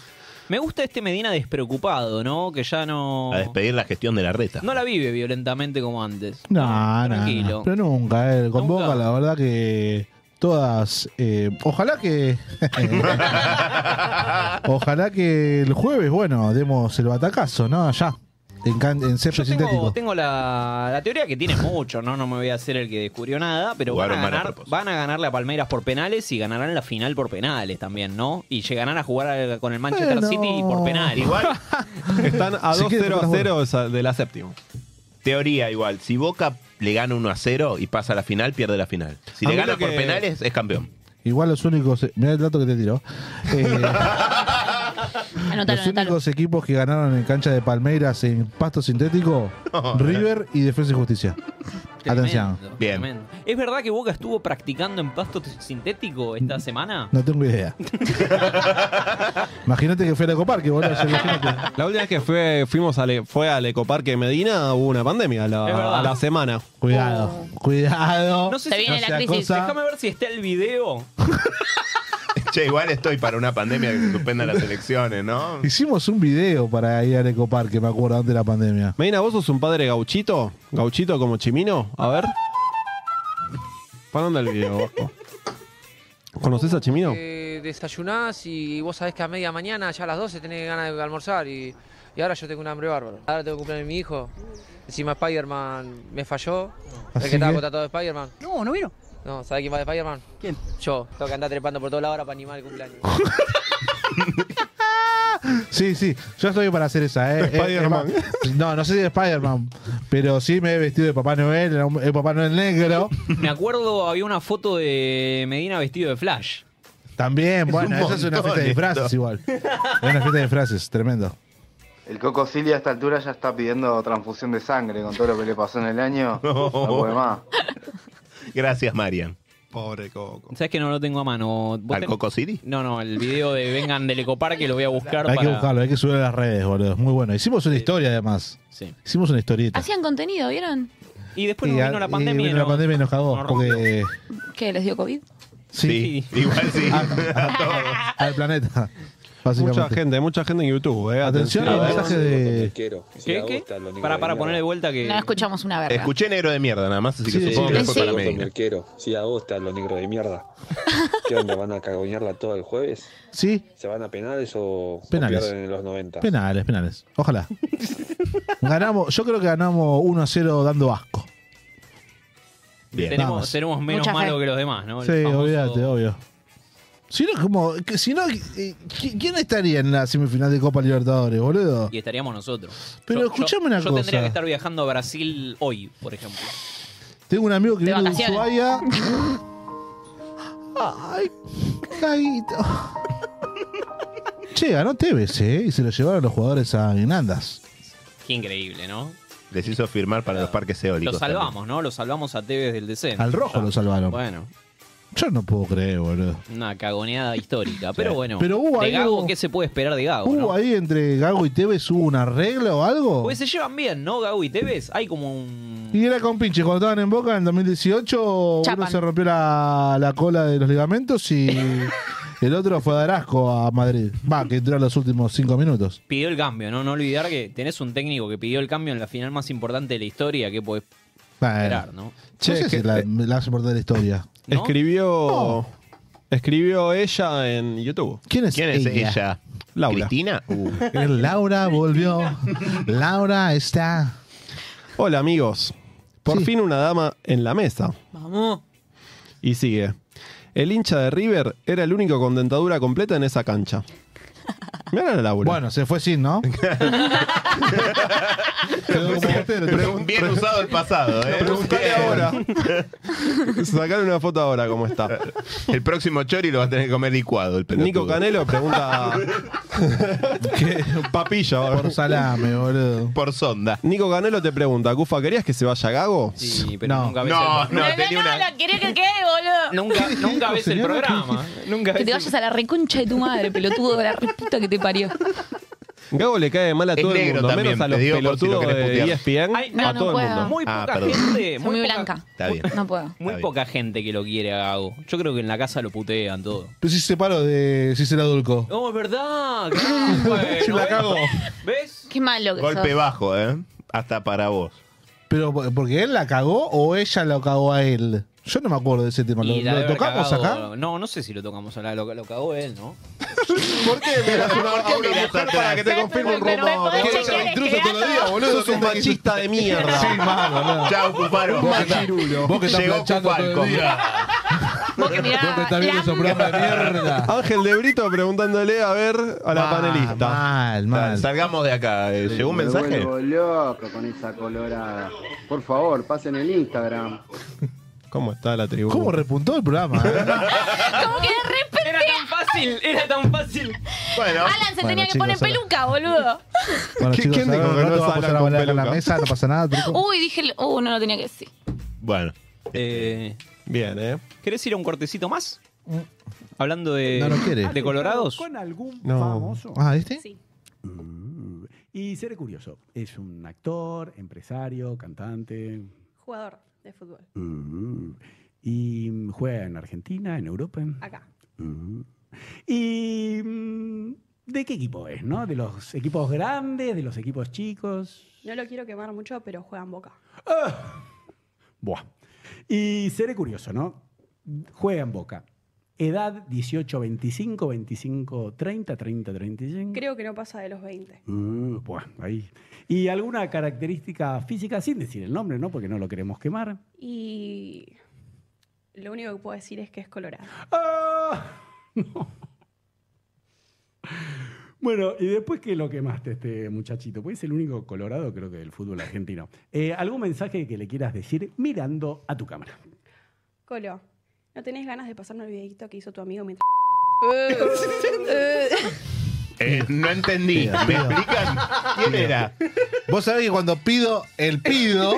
Speaker 3: Me gusta este Medina despreocupado, ¿no? Que ya no.
Speaker 2: A despedir la gestión de la reta.
Speaker 3: No la vive violentamente como antes.
Speaker 1: No, no,
Speaker 3: Tranquilo.
Speaker 1: no. Pero nunca, eh. Con
Speaker 3: Nunca.
Speaker 1: Boca, la verdad que todas. eh, ojalá que. ojalá que el jueves, bueno, demos el batacazo, ¿no? Allá. En, can- en césped
Speaker 3: Yo tengo,
Speaker 1: sintético.
Speaker 3: tengo la, la teoría que tiene mucho, ¿no? No me voy a hacer el que descubrió nada, pero van a,
Speaker 2: Jugaron mal a
Speaker 3: ganar,
Speaker 2: propósito.
Speaker 3: van a ganarle a Palmeiras por penales y ganarán la final por penales también, ¿no? Y llegarán a jugar al- con el Manchester
Speaker 1: Bueno.
Speaker 3: City por penales.
Speaker 2: Igual,
Speaker 4: Están a
Speaker 1: Si
Speaker 4: 2-0
Speaker 1: quiere,
Speaker 4: a
Speaker 1: tocas
Speaker 4: 0 esa- de la séptima.
Speaker 2: teoría igual. Si Boca le gana 1 a 0 y pasa a la final, pierde la final. Si
Speaker 4: A
Speaker 2: le
Speaker 4: mí
Speaker 2: gana
Speaker 4: lo que-
Speaker 2: por penales, es campeón.
Speaker 1: Igual los únicos. eh, Mirá el dato que te tiró.
Speaker 5: Anotalo,
Speaker 1: los
Speaker 5: anotalo.
Speaker 1: únicos equipos que ganaron en cancha de Palmeiras en pasto sintético: River y Defensa y Justicia. Atención.
Speaker 3: Tremendo,
Speaker 2: Bien.
Speaker 3: tremendo. ¿Es verdad que Boca estuvo practicando en pasto t- sintético esta semana?
Speaker 1: No tengo idea. Imagínate que fue el Ecoparque, boludo. o sea, imagínate.
Speaker 4: La última vez que fue, fuimos al, E-, fue al Ecoparque de Medina hubo una pandemia a
Speaker 3: Es
Speaker 4: la,
Speaker 3: verdad.
Speaker 4: a la semana.
Speaker 1: Cuidado, cuidado.
Speaker 3: No sé
Speaker 5: Te
Speaker 3: si-
Speaker 5: viene
Speaker 1: no
Speaker 5: la
Speaker 1: sea
Speaker 5: crisis.
Speaker 1: cosa.
Speaker 3: Déjame ver si está el video.
Speaker 2: Che, igual estoy para una pandemia que se suspendan las elecciones, ¿no?
Speaker 1: Hicimos un video para ir al Ecoparque, me acuerdo, antes de la pandemia.
Speaker 4: Medina, ¿vos sos un padre gauchito? ¿Gauchito como chimino? A ver. ¿Para dónde el video, Vasco? ¿Conoces a Chimino?
Speaker 17: Eh, desayunás y vos sabés que a media mañana, ya a las 12, tenés ganas de almorzar y, y ahora yo tengo un hambre bárbaro. Ahora tengo que cumplir mi hijo. Encima Spider-Man me falló. El
Speaker 4: Así
Speaker 17: que estaba
Speaker 4: que-
Speaker 17: contratado de Spider-Man. No, no vino. No, ¿sabés quién va de Spider-Man? ¿Quién? Yo. Tengo que andar trepando por toda la hora para animar el cumpleaños.
Speaker 1: Sí, sí, yo estoy para hacer esa, ¿eh?
Speaker 4: De
Speaker 1: Eh,
Speaker 4: Spider-Man.
Speaker 1: es más, No, no sé si de Spider-man, pero sí me he vestido de Papá Noel, era un- el Papá Noel negro.
Speaker 3: Me acuerdo, había una foto de Medina vestido de Flash.
Speaker 1: También,
Speaker 3: Es
Speaker 1: bueno,
Speaker 3: un
Speaker 1: eso es una
Speaker 3: montón
Speaker 1: fiesta de disfraces
Speaker 3: esto.
Speaker 1: igual. Es una fiesta de disfraces, tremendo.
Speaker 15: El Coco Silly a esta altura ya está pidiendo transfusión de sangre con todo lo que le pasó en el año. No puede más.
Speaker 2: Gracias, Marian.
Speaker 4: Pobre Coco.
Speaker 3: ¿Sabes que no lo tengo a mano? ¿Vos
Speaker 2: ¿Al
Speaker 3: ten-
Speaker 2: Coco City?
Speaker 3: No, no, el video de Vengan del Ecoparque lo voy a buscar
Speaker 1: Hay
Speaker 3: para.
Speaker 1: que buscarlo, hay que subirlo a las redes, boludo. Es muy bueno. Hicimos una historia además.
Speaker 3: Sí.
Speaker 1: Hicimos una historieta.
Speaker 5: Hacían contenido, ¿vieron?
Speaker 3: Y después
Speaker 1: Y
Speaker 3: no
Speaker 1: a-
Speaker 3: vino la
Speaker 1: y
Speaker 3: pandemia.
Speaker 1: vino la
Speaker 3: ¿no?
Speaker 1: pandemia y nos cagó,
Speaker 3: nos
Speaker 1: porque...
Speaker 5: ¿Qué? ¿Les dio COVID?
Speaker 1: Sí,
Speaker 2: igual sí.
Speaker 1: ah, al planeta.
Speaker 4: Mucha
Speaker 1: Básicamente.
Speaker 4: gente, mucha gente en YouTube, eh.
Speaker 1: Atención al mensaje de...
Speaker 3: ¿Qué? ¿Qué? Para, para poner de vuelta que.
Speaker 5: No escuchamos una verga.
Speaker 2: Escuché negro de mierda nada más, así que
Speaker 5: Sí,
Speaker 2: supongo
Speaker 5: sí,
Speaker 2: que
Speaker 5: sí.
Speaker 2: fue
Speaker 5: Sí.
Speaker 2: para
Speaker 7: Los
Speaker 2: Medina.
Speaker 7: merqueros, sí, a Osta, los negros de mierda. ¿Qué onda? ¿Van a cagonearla todo el jueves?
Speaker 1: Sí.
Speaker 7: ¿Se van a penales o, o
Speaker 1: Penales.
Speaker 7: pierden en los 90?
Speaker 1: Penales, penales. Ojalá. Ganamos, yo creo que ganamos 1 a 0 dando asco. Nada
Speaker 3: Tenemos,
Speaker 1: más.
Speaker 3: seremos menos
Speaker 1: Mucha fe.
Speaker 3: malos que los demás, ¿no? El
Speaker 1: Sí,
Speaker 3: famoso-
Speaker 1: obviate, obvio. Si no, como, que si no, eh, ¿qui- ¿quién estaría en la semifinal de Copa Libertadores, boludo?
Speaker 3: Y estaríamos nosotros.
Speaker 1: Pero escuchame una
Speaker 3: yo Yo
Speaker 1: cosa.
Speaker 3: tendría que estar viajando a Brasil hoy, por ejemplo.
Speaker 1: Tengo un amigo que viene de
Speaker 3: vacaciones.
Speaker 1: Ushuaia. Ay, caguito. Che, ganó Tevez, ¿eh? Y se lo llevaron los jugadores a Guinandas.
Speaker 3: Qué increíble, ¿no?
Speaker 2: Les hizo firmar para los parques
Speaker 3: Lo
Speaker 2: eólicos.
Speaker 3: salvamos, ¿no? Lo salvamos a Tevez del descenso.
Speaker 1: Al rojo
Speaker 3: Ya.
Speaker 1: lo salvaron.
Speaker 3: Bueno,
Speaker 1: Yo no puedo creer, boludo.
Speaker 3: una cagoneada histórica. Pero bueno,
Speaker 1: Pero hubo
Speaker 3: de
Speaker 1: ahí
Speaker 3: Gago,
Speaker 1: un-
Speaker 3: ¿qué se puede esperar de Gago?
Speaker 1: ¿Hubo
Speaker 3: no?
Speaker 1: ahí entre Gago y Tevez hubo una regla o algo?
Speaker 3: Porque se llevan bien, ¿no, Gago y Tevez? Hay como un...
Speaker 1: Y era con pinche, cuando estaban en Boca en 2018,
Speaker 3: Chapan.
Speaker 1: uno se rompió la, la cola de los ligamentos y el otro fue a dar asco a Madrid. Va, que duró los últimos cinco minutos.
Speaker 3: Pidió el cambio, ¿no? No olvidar que tenés un técnico que pidió el cambio en la final más importante de la historia que podés
Speaker 1: Bueno.
Speaker 3: esperar, ¿no?
Speaker 1: No sé si es la, la más importante de la historia.
Speaker 4: eh,
Speaker 1: Oh.
Speaker 4: Escribió. Escribió ella en YouTube.
Speaker 1: ¿Quién es ¿Quién es ella? ella?
Speaker 4: Laura.
Speaker 1: ¿Cristina? Uh. Laura volvió. Laura está.
Speaker 4: Hola amigos. Por fin una dama en la mesa.
Speaker 17: Vamos.
Speaker 4: Y sigue. El hincha de River era el único con dentadura completa en esa cancha. Mirá la Laura.
Speaker 1: Bueno, se fue sin, ¿no?
Speaker 2: Bien usado el pasado, ¿eh?
Speaker 4: ahora. Sacar una foto ahora cómo está.
Speaker 2: El próximo chori lo vas a tener que comer licuado, el pelotudo.
Speaker 4: Nico Canelo pregunta. ¿Qué? Papilla.
Speaker 1: Por salame, boludo.
Speaker 4: Por sonda. Nico Canelo te pregunta, Cufa, ¿querías que se vaya Gago?
Speaker 3: Sí,
Speaker 4: pero
Speaker 3: nunca ves
Speaker 4: No,
Speaker 3: el-
Speaker 4: no,
Speaker 5: No,
Speaker 4: tenía
Speaker 5: no,
Speaker 4: una.
Speaker 5: lo quería que quede, boludo.
Speaker 3: Nunca, nunca ves el
Speaker 4: Señora, ¿qué-
Speaker 3: programa.
Speaker 5: Que
Speaker 3: Nunca ves
Speaker 5: te
Speaker 3: el-
Speaker 5: vayas a la reconcha de tu madre, pelotudo, la re puta que te parió.
Speaker 4: Gago le cae mal a
Speaker 2: Es
Speaker 4: todo el
Speaker 2: negro
Speaker 4: mundo,
Speaker 2: también,
Speaker 4: menos a
Speaker 2: te
Speaker 4: los
Speaker 2: digo por si lo
Speaker 4: pelotudos
Speaker 2: querés
Speaker 4: de E
Speaker 2: putear.
Speaker 4: ESPN,
Speaker 3: Ay,
Speaker 4: a
Speaker 3: no
Speaker 4: todo el
Speaker 3: puedo.
Speaker 4: mundo.
Speaker 3: Muy
Speaker 4: Ah,
Speaker 3: poca
Speaker 4: perdón.
Speaker 3: gente.
Speaker 5: Soy
Speaker 3: Muy,
Speaker 5: muy
Speaker 3: poca-
Speaker 5: blanca.
Speaker 2: Está bien.
Speaker 5: No puedo.
Speaker 3: muy poca gente que lo quiere a Gago. Yo creo que en la casa lo putean todo.
Speaker 1: Pero si se paró de. si se la adulcó.
Speaker 3: No, es verdad. claro, bueno,
Speaker 1: Se la cagó.
Speaker 3: ¿Ves?
Speaker 5: Qué malo que
Speaker 2: Golpe
Speaker 5: sos.
Speaker 2: bajo, ¿eh? Hasta para vos.
Speaker 1: Pero ¿por- porque él la cagó o ella lo cagó a él. Yo no me acuerdo de ese tema. ¿Lo,
Speaker 3: Y la
Speaker 1: lo
Speaker 3: de haber
Speaker 1: tocamos
Speaker 3: cagado-
Speaker 1: acá?
Speaker 3: No, no sé si lo tocamos acá. Lo, lo cagó él, ¿no?
Speaker 4: ¿Por qué miras a una, a una mujer para que te confirme un rumor?
Speaker 1: podés
Speaker 4: Que
Speaker 1: chequear
Speaker 4: ella
Speaker 1: este
Speaker 4: intruso todos los días,
Speaker 1: dato?
Speaker 4: boludo. Sos un machista de mierda.
Speaker 1: Sí, mal, boludo.
Speaker 2: Chao, Cufaro.
Speaker 1: Vos que
Speaker 2: Anda.
Speaker 1: estás- vos que estás
Speaker 2: Llegó
Speaker 1: planchando
Speaker 2: Cufalco.
Speaker 1: todo el día.
Speaker 5: Vos que mirá,
Speaker 1: Vos que estás viendo
Speaker 5: la-
Speaker 1: esos programas de mierda.
Speaker 4: Ángel de Brito preguntándole a ver a la
Speaker 1: Mal,
Speaker 4: panelista.
Speaker 1: Mal, mal.
Speaker 2: Salgamos de acá. eh, ¿Llegó un
Speaker 18: Me
Speaker 2: mensaje?
Speaker 18: vuelvo loco con esa colorada. Por favor, pasen el Instagram.
Speaker 4: ¿Cómo está la tribuna?
Speaker 1: ¿Cómo repuntó el programa? eh?
Speaker 5: Como que de repente.
Speaker 3: Era tan fácil, era tan fácil.
Speaker 2: Bueno.
Speaker 5: Alan se
Speaker 1: Bueno,
Speaker 5: tenía que
Speaker 1: chicos,
Speaker 5: poner
Speaker 1: Alan.
Speaker 5: peluca, boludo.
Speaker 1: Bueno,
Speaker 4: ¿Qui-
Speaker 1: chicos,
Speaker 4: quién dijo
Speaker 1: ahora
Speaker 4: que
Speaker 1: un
Speaker 4: no
Speaker 1: rato va a
Speaker 4: salan
Speaker 1: pasar a
Speaker 4: con
Speaker 1: bailar en la
Speaker 4: peluca?
Speaker 1: mesa, no pasa nada, truco.
Speaker 5: Uy, dije. Uh, no lo tenía que decir.
Speaker 2: Bueno.
Speaker 3: Eh,
Speaker 4: Bien, ¿eh?
Speaker 3: ¿Querés ir a un cortecito más? Hablando de,
Speaker 1: No, no quiere.
Speaker 3: de colorados.
Speaker 19: Con algún
Speaker 1: No.
Speaker 19: famoso.
Speaker 1: Ah, ¿este?
Speaker 19: Sí. Y seré curioso. Es un actor, empresario, cantante.
Speaker 20: Jugador de fútbol.
Speaker 19: Mm. Y mm, juega en Argentina, en Europa.
Speaker 20: Acá.
Speaker 19: Mm. ¿Y mm, de qué equipo es, no? ¿De los equipos grandes, de los equipos chicos?
Speaker 20: No lo quiero quemar mucho, pero juega en Boca.
Speaker 19: Buah. Y seré curioso, ¿no? Juega en Boca. Edad 18, 25, 25, 30, 30, 35.
Speaker 20: Creo que no pasa de los 20.
Speaker 19: Mm, buah, ahí. Y alguna característica física, sin decir el nombre, ¿no? Porque no lo queremos quemar.
Speaker 20: Y lo único que puedo decir es que es colorado.
Speaker 19: Bueno, y después que lo quemaste este muchachito, pues es el único colorado creo que del fútbol argentino. Eh, ¿Algún mensaje que le quieras decir mirando a tu cámara?
Speaker 20: Colo, ¿no tenés ganas de pasarme el videito que hizo tu amigo mientras...
Speaker 2: Eh, no entendí. ¿Me explican quién era?
Speaker 1: Vos sabés que cuando pido el pido.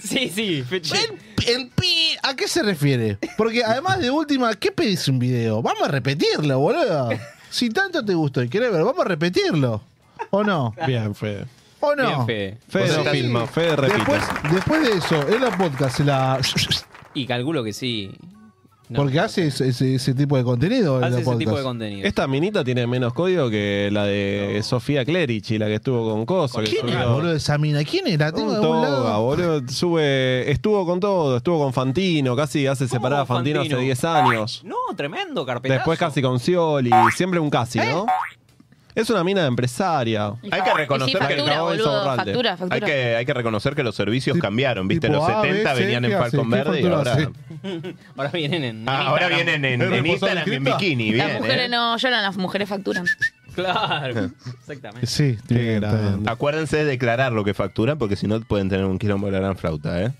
Speaker 3: sí, sí,
Speaker 1: El, el pi. ¿A qué se refiere? Porque además de última, ¿qué pedís un video? Vamos a repetirlo, boludo. Si tanto te gustó y querés ver, vamos a repetirlo. ¿O no?
Speaker 4: Bien, Fede.
Speaker 1: ¿O no?
Speaker 3: Bien, Fede.
Speaker 4: Fede
Speaker 1: O sea,
Speaker 4: no
Speaker 1: sí.
Speaker 4: filma, Fede repite.
Speaker 1: Después, después de eso, en la podcast se la.
Speaker 3: Y calculo que sí.
Speaker 1: Porque hace ese, ese- ese tipo de contenido. en la podcast.
Speaker 3: contenido.
Speaker 4: Esta minita tiene menos código que la de Sofía Clerici, la que estuvo con Coso. que
Speaker 1: ¿Quién
Speaker 4: subió-
Speaker 1: era, boludo, esa mina? ¿Quién era? Tengo de
Speaker 4: Un
Speaker 1: algún
Speaker 4: toga,
Speaker 1: lado.
Speaker 4: boludo. Sube, estuvo con todo, estuvo con Fantino, casi hace separada a Fantino, hace 10 años.
Speaker 3: No, tremendo carpetazo.
Speaker 4: Después casi con Scioli, siempre un casi, ¿no? Es una mina de empresaria.
Speaker 5: Y
Speaker 2: Hay
Speaker 5: fa-
Speaker 2: que
Speaker 5: y
Speaker 2: reconocer
Speaker 5: sí,
Speaker 2: que
Speaker 5: factura,
Speaker 2: no,
Speaker 5: boludo, factura, factura.
Speaker 2: Hay que, hay que reconocer que los servicios cambiaron, ¿viste?
Speaker 1: tipo
Speaker 2: los
Speaker 1: A,
Speaker 2: 70
Speaker 1: B, C,
Speaker 2: venían en
Speaker 1: ¿qué
Speaker 2: Falcon
Speaker 1: hace? ¿Qué
Speaker 2: Verde y
Speaker 1: factura
Speaker 2: ahora,
Speaker 1: hace?
Speaker 3: Ahora vienen en.
Speaker 2: Ah, ahora vienen en, en Instagram y en bikini,
Speaker 5: Las
Speaker 2: bien,
Speaker 5: mujeres
Speaker 2: ¿eh?
Speaker 5: no lloran, las mujeres facturan.
Speaker 3: Claro, exactamente.
Speaker 1: Sí, tiene que estar bien.
Speaker 2: Acuérdense de declarar lo que facturan porque si no pueden tener un quilombo de la gran flauta, ¿eh?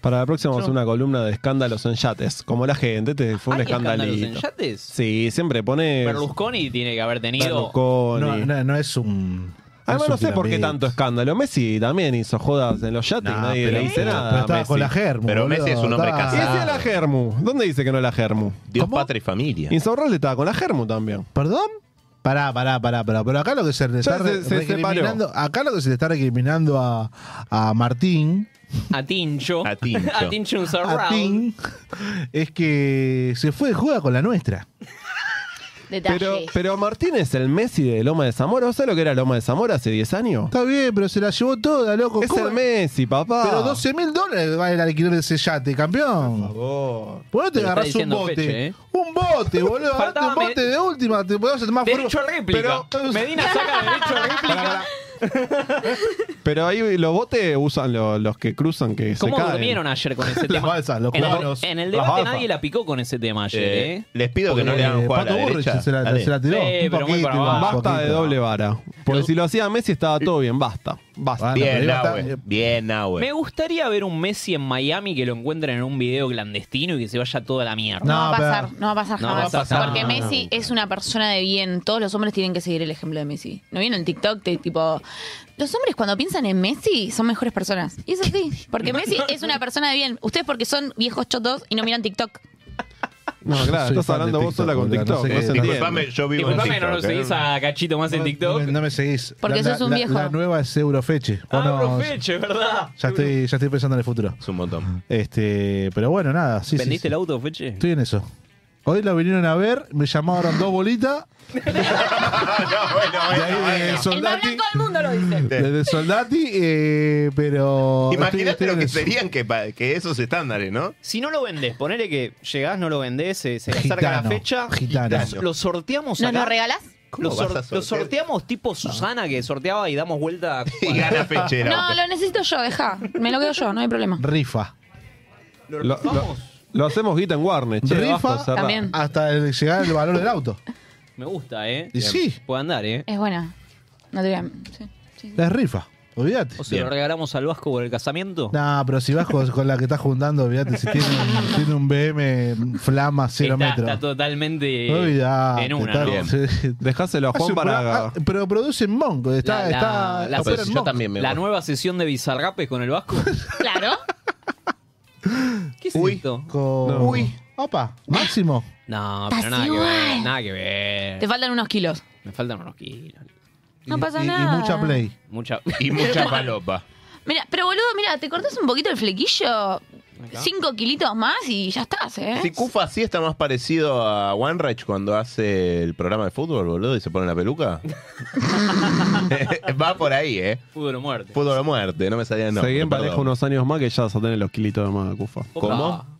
Speaker 4: Para la próxima vamos a hacer una columna de escándalos en yates. Como la gente, te fue un
Speaker 3: ¿Hay escándalos en
Speaker 4: escandalito.
Speaker 3: yates?
Speaker 4: Sí, siempre pone.
Speaker 3: Berlusconi tiene que haber tenido.
Speaker 4: Berlusconi.
Speaker 1: No, no, no es un.
Speaker 4: Además,
Speaker 1: es
Speaker 4: no
Speaker 1: un
Speaker 4: sé por qué
Speaker 1: piramidal.
Speaker 4: tanto escándalo. Messi también hizo jodas en los yates y
Speaker 1: Nah,
Speaker 4: nadie
Speaker 1: pero-
Speaker 4: le dice
Speaker 1: pero-
Speaker 4: nada.
Speaker 1: pero estaba
Speaker 4: a
Speaker 1: con la
Speaker 4: Messi.
Speaker 1: Germu,
Speaker 2: Pero
Speaker 1: boludo,
Speaker 2: Messi es un hombre
Speaker 1: estaba-
Speaker 4: Y
Speaker 2: casado.
Speaker 4: ese es la Germu. ¿Dónde dice que no es la Germu?
Speaker 2: Dios, patria y familia.
Speaker 4: Insaurralde estaba con la Germu también.
Speaker 1: ¿Perdón? Pará, pará, pará, pará. Pero acá lo que se le está
Speaker 4: se-
Speaker 1: re-
Speaker 4: se
Speaker 1: recriminando. Acá lo que se le está recriminando a, a Martín.
Speaker 3: A Tincho.
Speaker 2: A Tincho.
Speaker 3: A Tincho un
Speaker 1: A
Speaker 3: surround.
Speaker 1: Tim, es que se fue de juega con la nuestra.
Speaker 5: Detalle.
Speaker 4: Pero, pero Martín es el Messi de Loma de Zamora. ¿Vos sabés lo que era Loma de Zamora hace 10 años?
Speaker 1: Está bien, pero se la llevó toda, loco.
Speaker 4: Es
Speaker 1: ¿Cómo?
Speaker 4: el Messi,
Speaker 2: Ah.
Speaker 4: papá.
Speaker 1: Pero 12 mil dólares vale el alquiler de ese yate, campeón.
Speaker 4: Oh.
Speaker 1: ¿Por qué no te
Speaker 3: Pero está
Speaker 1: agarrás un
Speaker 3: diciendo
Speaker 1: bote?
Speaker 3: Feche, ¿eh?
Speaker 1: Un bote, boludo. agarrate
Speaker 3: Faltaba
Speaker 1: un bote
Speaker 3: me-
Speaker 1: de última. Te podés hacer más
Speaker 3: Derecho a
Speaker 1: forro-
Speaker 3: réplica.
Speaker 1: Pero-
Speaker 3: Medina saca derecho a réplica.
Speaker 4: Pero ahí los botes usan lo- los que cruzan que se
Speaker 3: ¿Cómo
Speaker 4: caen.
Speaker 3: durmieron ayer con ese
Speaker 1: Las
Speaker 3: tema?
Speaker 1: balsas, los
Speaker 3: en, el,
Speaker 1: cubanos.
Speaker 3: en el
Speaker 4: Las
Speaker 3: debate
Speaker 4: balsas.
Speaker 3: nadie la picó con ese tema ayer, ¿eh?
Speaker 2: Eh, les pido que no le hagan
Speaker 1: Eh,
Speaker 2: jugar a
Speaker 1: Pato
Speaker 2: la
Speaker 1: Burrich
Speaker 2: derecha.
Speaker 1: se la,
Speaker 2: Dale.
Speaker 1: se la tiró.
Speaker 3: Eh,
Speaker 1: un
Speaker 3: pero muy
Speaker 1: poquito,
Speaker 3: para abajo.
Speaker 1: un
Speaker 4: Basta
Speaker 1: poquito. Eh,
Speaker 4: de doble vara. Porque si lo hacía Messi estaba todo bien, basta. Basta.
Speaker 1: Bueno,
Speaker 2: Bien,
Speaker 1: Ah, pero eh, iba a
Speaker 2: Nahue.
Speaker 1: estar-
Speaker 2: Bien, Nahue.
Speaker 3: Me gustaría ver un Messi en Miami que lo encuentren en un video clandestino y que se vaya toda la mierda.
Speaker 5: No, va a
Speaker 1: No, pero-
Speaker 5: pasar, no va a pasar
Speaker 3: No
Speaker 5: jamás.
Speaker 3: va a pasar.
Speaker 5: Porque
Speaker 3: No, no,
Speaker 5: Messi es una persona de bien. Todos los hombres tienen que seguir el ejemplo de Messi. ¿No vieron el TikTok? de tipo, los hombres cuando piensan en Messi son mejores personas. Y eso sí, porque Messi es una persona de bien. Ustedes porque son viejos chotos y no miran TikTok.
Speaker 4: No, claro,
Speaker 1: Soy
Speaker 4: estás
Speaker 1: fan
Speaker 4: hablando
Speaker 1: de
Speaker 4: vos sola con
Speaker 1: TikTok,
Speaker 4: TikTok.
Speaker 1: boludo,
Speaker 4: no
Speaker 1: no
Speaker 4: se
Speaker 1: sé qué-
Speaker 4: entiende.
Speaker 2: Disculpame, yo vivo en
Speaker 3: Disculpame que no lo
Speaker 2: TikTok, ¿eh?
Speaker 3: seguís a Cachito más en TikTok.
Speaker 1: No me, no me seguís.
Speaker 5: Porque
Speaker 1: la,
Speaker 5: sos un
Speaker 1: la-
Speaker 5: viejo.
Speaker 1: La nueva es Eurofeche. Vos
Speaker 3: Ah,
Speaker 1: no-
Speaker 3: Feche, ¿verdad?
Speaker 1: ya, estoy, ya estoy pensando en el futuro.
Speaker 2: Es un montón.
Speaker 1: Este, pero bueno, nada. Sí, sí,
Speaker 3: ¿Vendiste
Speaker 1: sí.
Speaker 3: el auto, Feche?
Speaker 1: Estoy en eso. Hoy la vinieron a ver, me llamaron dos bolitas. de ahí de
Speaker 5: El más
Speaker 1: Soldati.
Speaker 5: blanco del mundo lo dice.
Speaker 1: de- de Soldati, eh, pero.
Speaker 2: Imagínate
Speaker 1: estoy- estoy
Speaker 2: lo
Speaker 1: en
Speaker 2: que
Speaker 1: eso.
Speaker 2: serían que, pa- que esos estándares, ¿no?
Speaker 3: Si no lo vendés, ponele que llegás, no lo vendés, se, se acerca la
Speaker 1: Gitano,
Speaker 3: fecha.
Speaker 1: gitano.
Speaker 3: Lo, lo sorteamos
Speaker 5: ¿Nos
Speaker 3: acá.
Speaker 5: lo regalás?
Speaker 2: ¿Cómo
Speaker 3: Lo,
Speaker 2: vas
Speaker 3: sor-
Speaker 2: a
Speaker 3: lo
Speaker 2: sortear?
Speaker 3: sorteamos tipo Susana que sorteaba y damos vuelta. a-
Speaker 2: Y gana Fechera.
Speaker 5: No, lo necesito yo, deja. Me lo quedo yo, no hay problema.
Speaker 1: Rifa.
Speaker 3: Lo
Speaker 4: Lo, lo-
Speaker 3: rifamos.
Speaker 4: lo hacemos guita en Warner, che,
Speaker 1: Rifa
Speaker 4: Vasco, cerrá.
Speaker 5: también.
Speaker 1: Hasta el- llegar el valor del auto.
Speaker 3: Me gusta, ¿eh?
Speaker 1: Y sí.
Speaker 3: Puede andar, ¿eh?
Speaker 5: Es buena. No te voy a... sí, sí.
Speaker 1: Es rifa. Olvídate.
Speaker 3: O sea, lo regalamos al Vasco por el casamiento.
Speaker 1: No, pero si vas con, con la que estás juntando, olvídate, si tiene un, tiene un BM Flama 0
Speaker 3: está,
Speaker 1: metros.
Speaker 3: está totalmente
Speaker 1: Olvídate,
Speaker 3: en una,
Speaker 1: está-
Speaker 3: ¿no?
Speaker 1: sí.
Speaker 4: Dejáselo a
Speaker 1: Hace
Speaker 4: Juan
Speaker 1: un
Speaker 4: para.
Speaker 1: programa- ah, pero produce en Monco, está,
Speaker 3: La- la-
Speaker 1: está
Speaker 3: la-
Speaker 1: opera
Speaker 3: pues
Speaker 1: en
Speaker 2: yo
Speaker 1: Monk.
Speaker 2: también me
Speaker 3: La
Speaker 2: voy.
Speaker 3: nueva sesión de Bizarrapes con el Vasco.
Speaker 5: Claro.
Speaker 3: ¿Qué es
Speaker 2: Uy.
Speaker 3: esto?
Speaker 1: Con-
Speaker 4: No.
Speaker 1: Uy, opa, máximo.
Speaker 3: No,
Speaker 5: Estás
Speaker 3: pero nada que ver.
Speaker 5: igual.
Speaker 3: Nada que ver.
Speaker 5: Te faltan unos kilos.
Speaker 3: Me faltan unos kilos.
Speaker 5: No
Speaker 1: Y-
Speaker 5: pasa
Speaker 1: y-
Speaker 5: nada.
Speaker 1: Y mucha play.
Speaker 3: Mucha.
Speaker 2: Y mucha palopa.
Speaker 5: Mira, pero boludo, mira, te cortas un poquito el flequillo, cinco kilitos más y ya estás, ¿eh?
Speaker 2: Si Cufa sí está más parecido a One Reich cuando hace el programa de fútbol, boludo, y se pone la peluca. Va por ahí, ¿eh?
Speaker 3: Fútbol o muerte.
Speaker 2: Fútbol a muerte, no me salía el nombre.
Speaker 4: Seguí en pareja
Speaker 2: perdón.
Speaker 4: unos años más que ya vas a tener los kilitos de más, Cufa.
Speaker 3: Opa.
Speaker 2: ¿Cómo?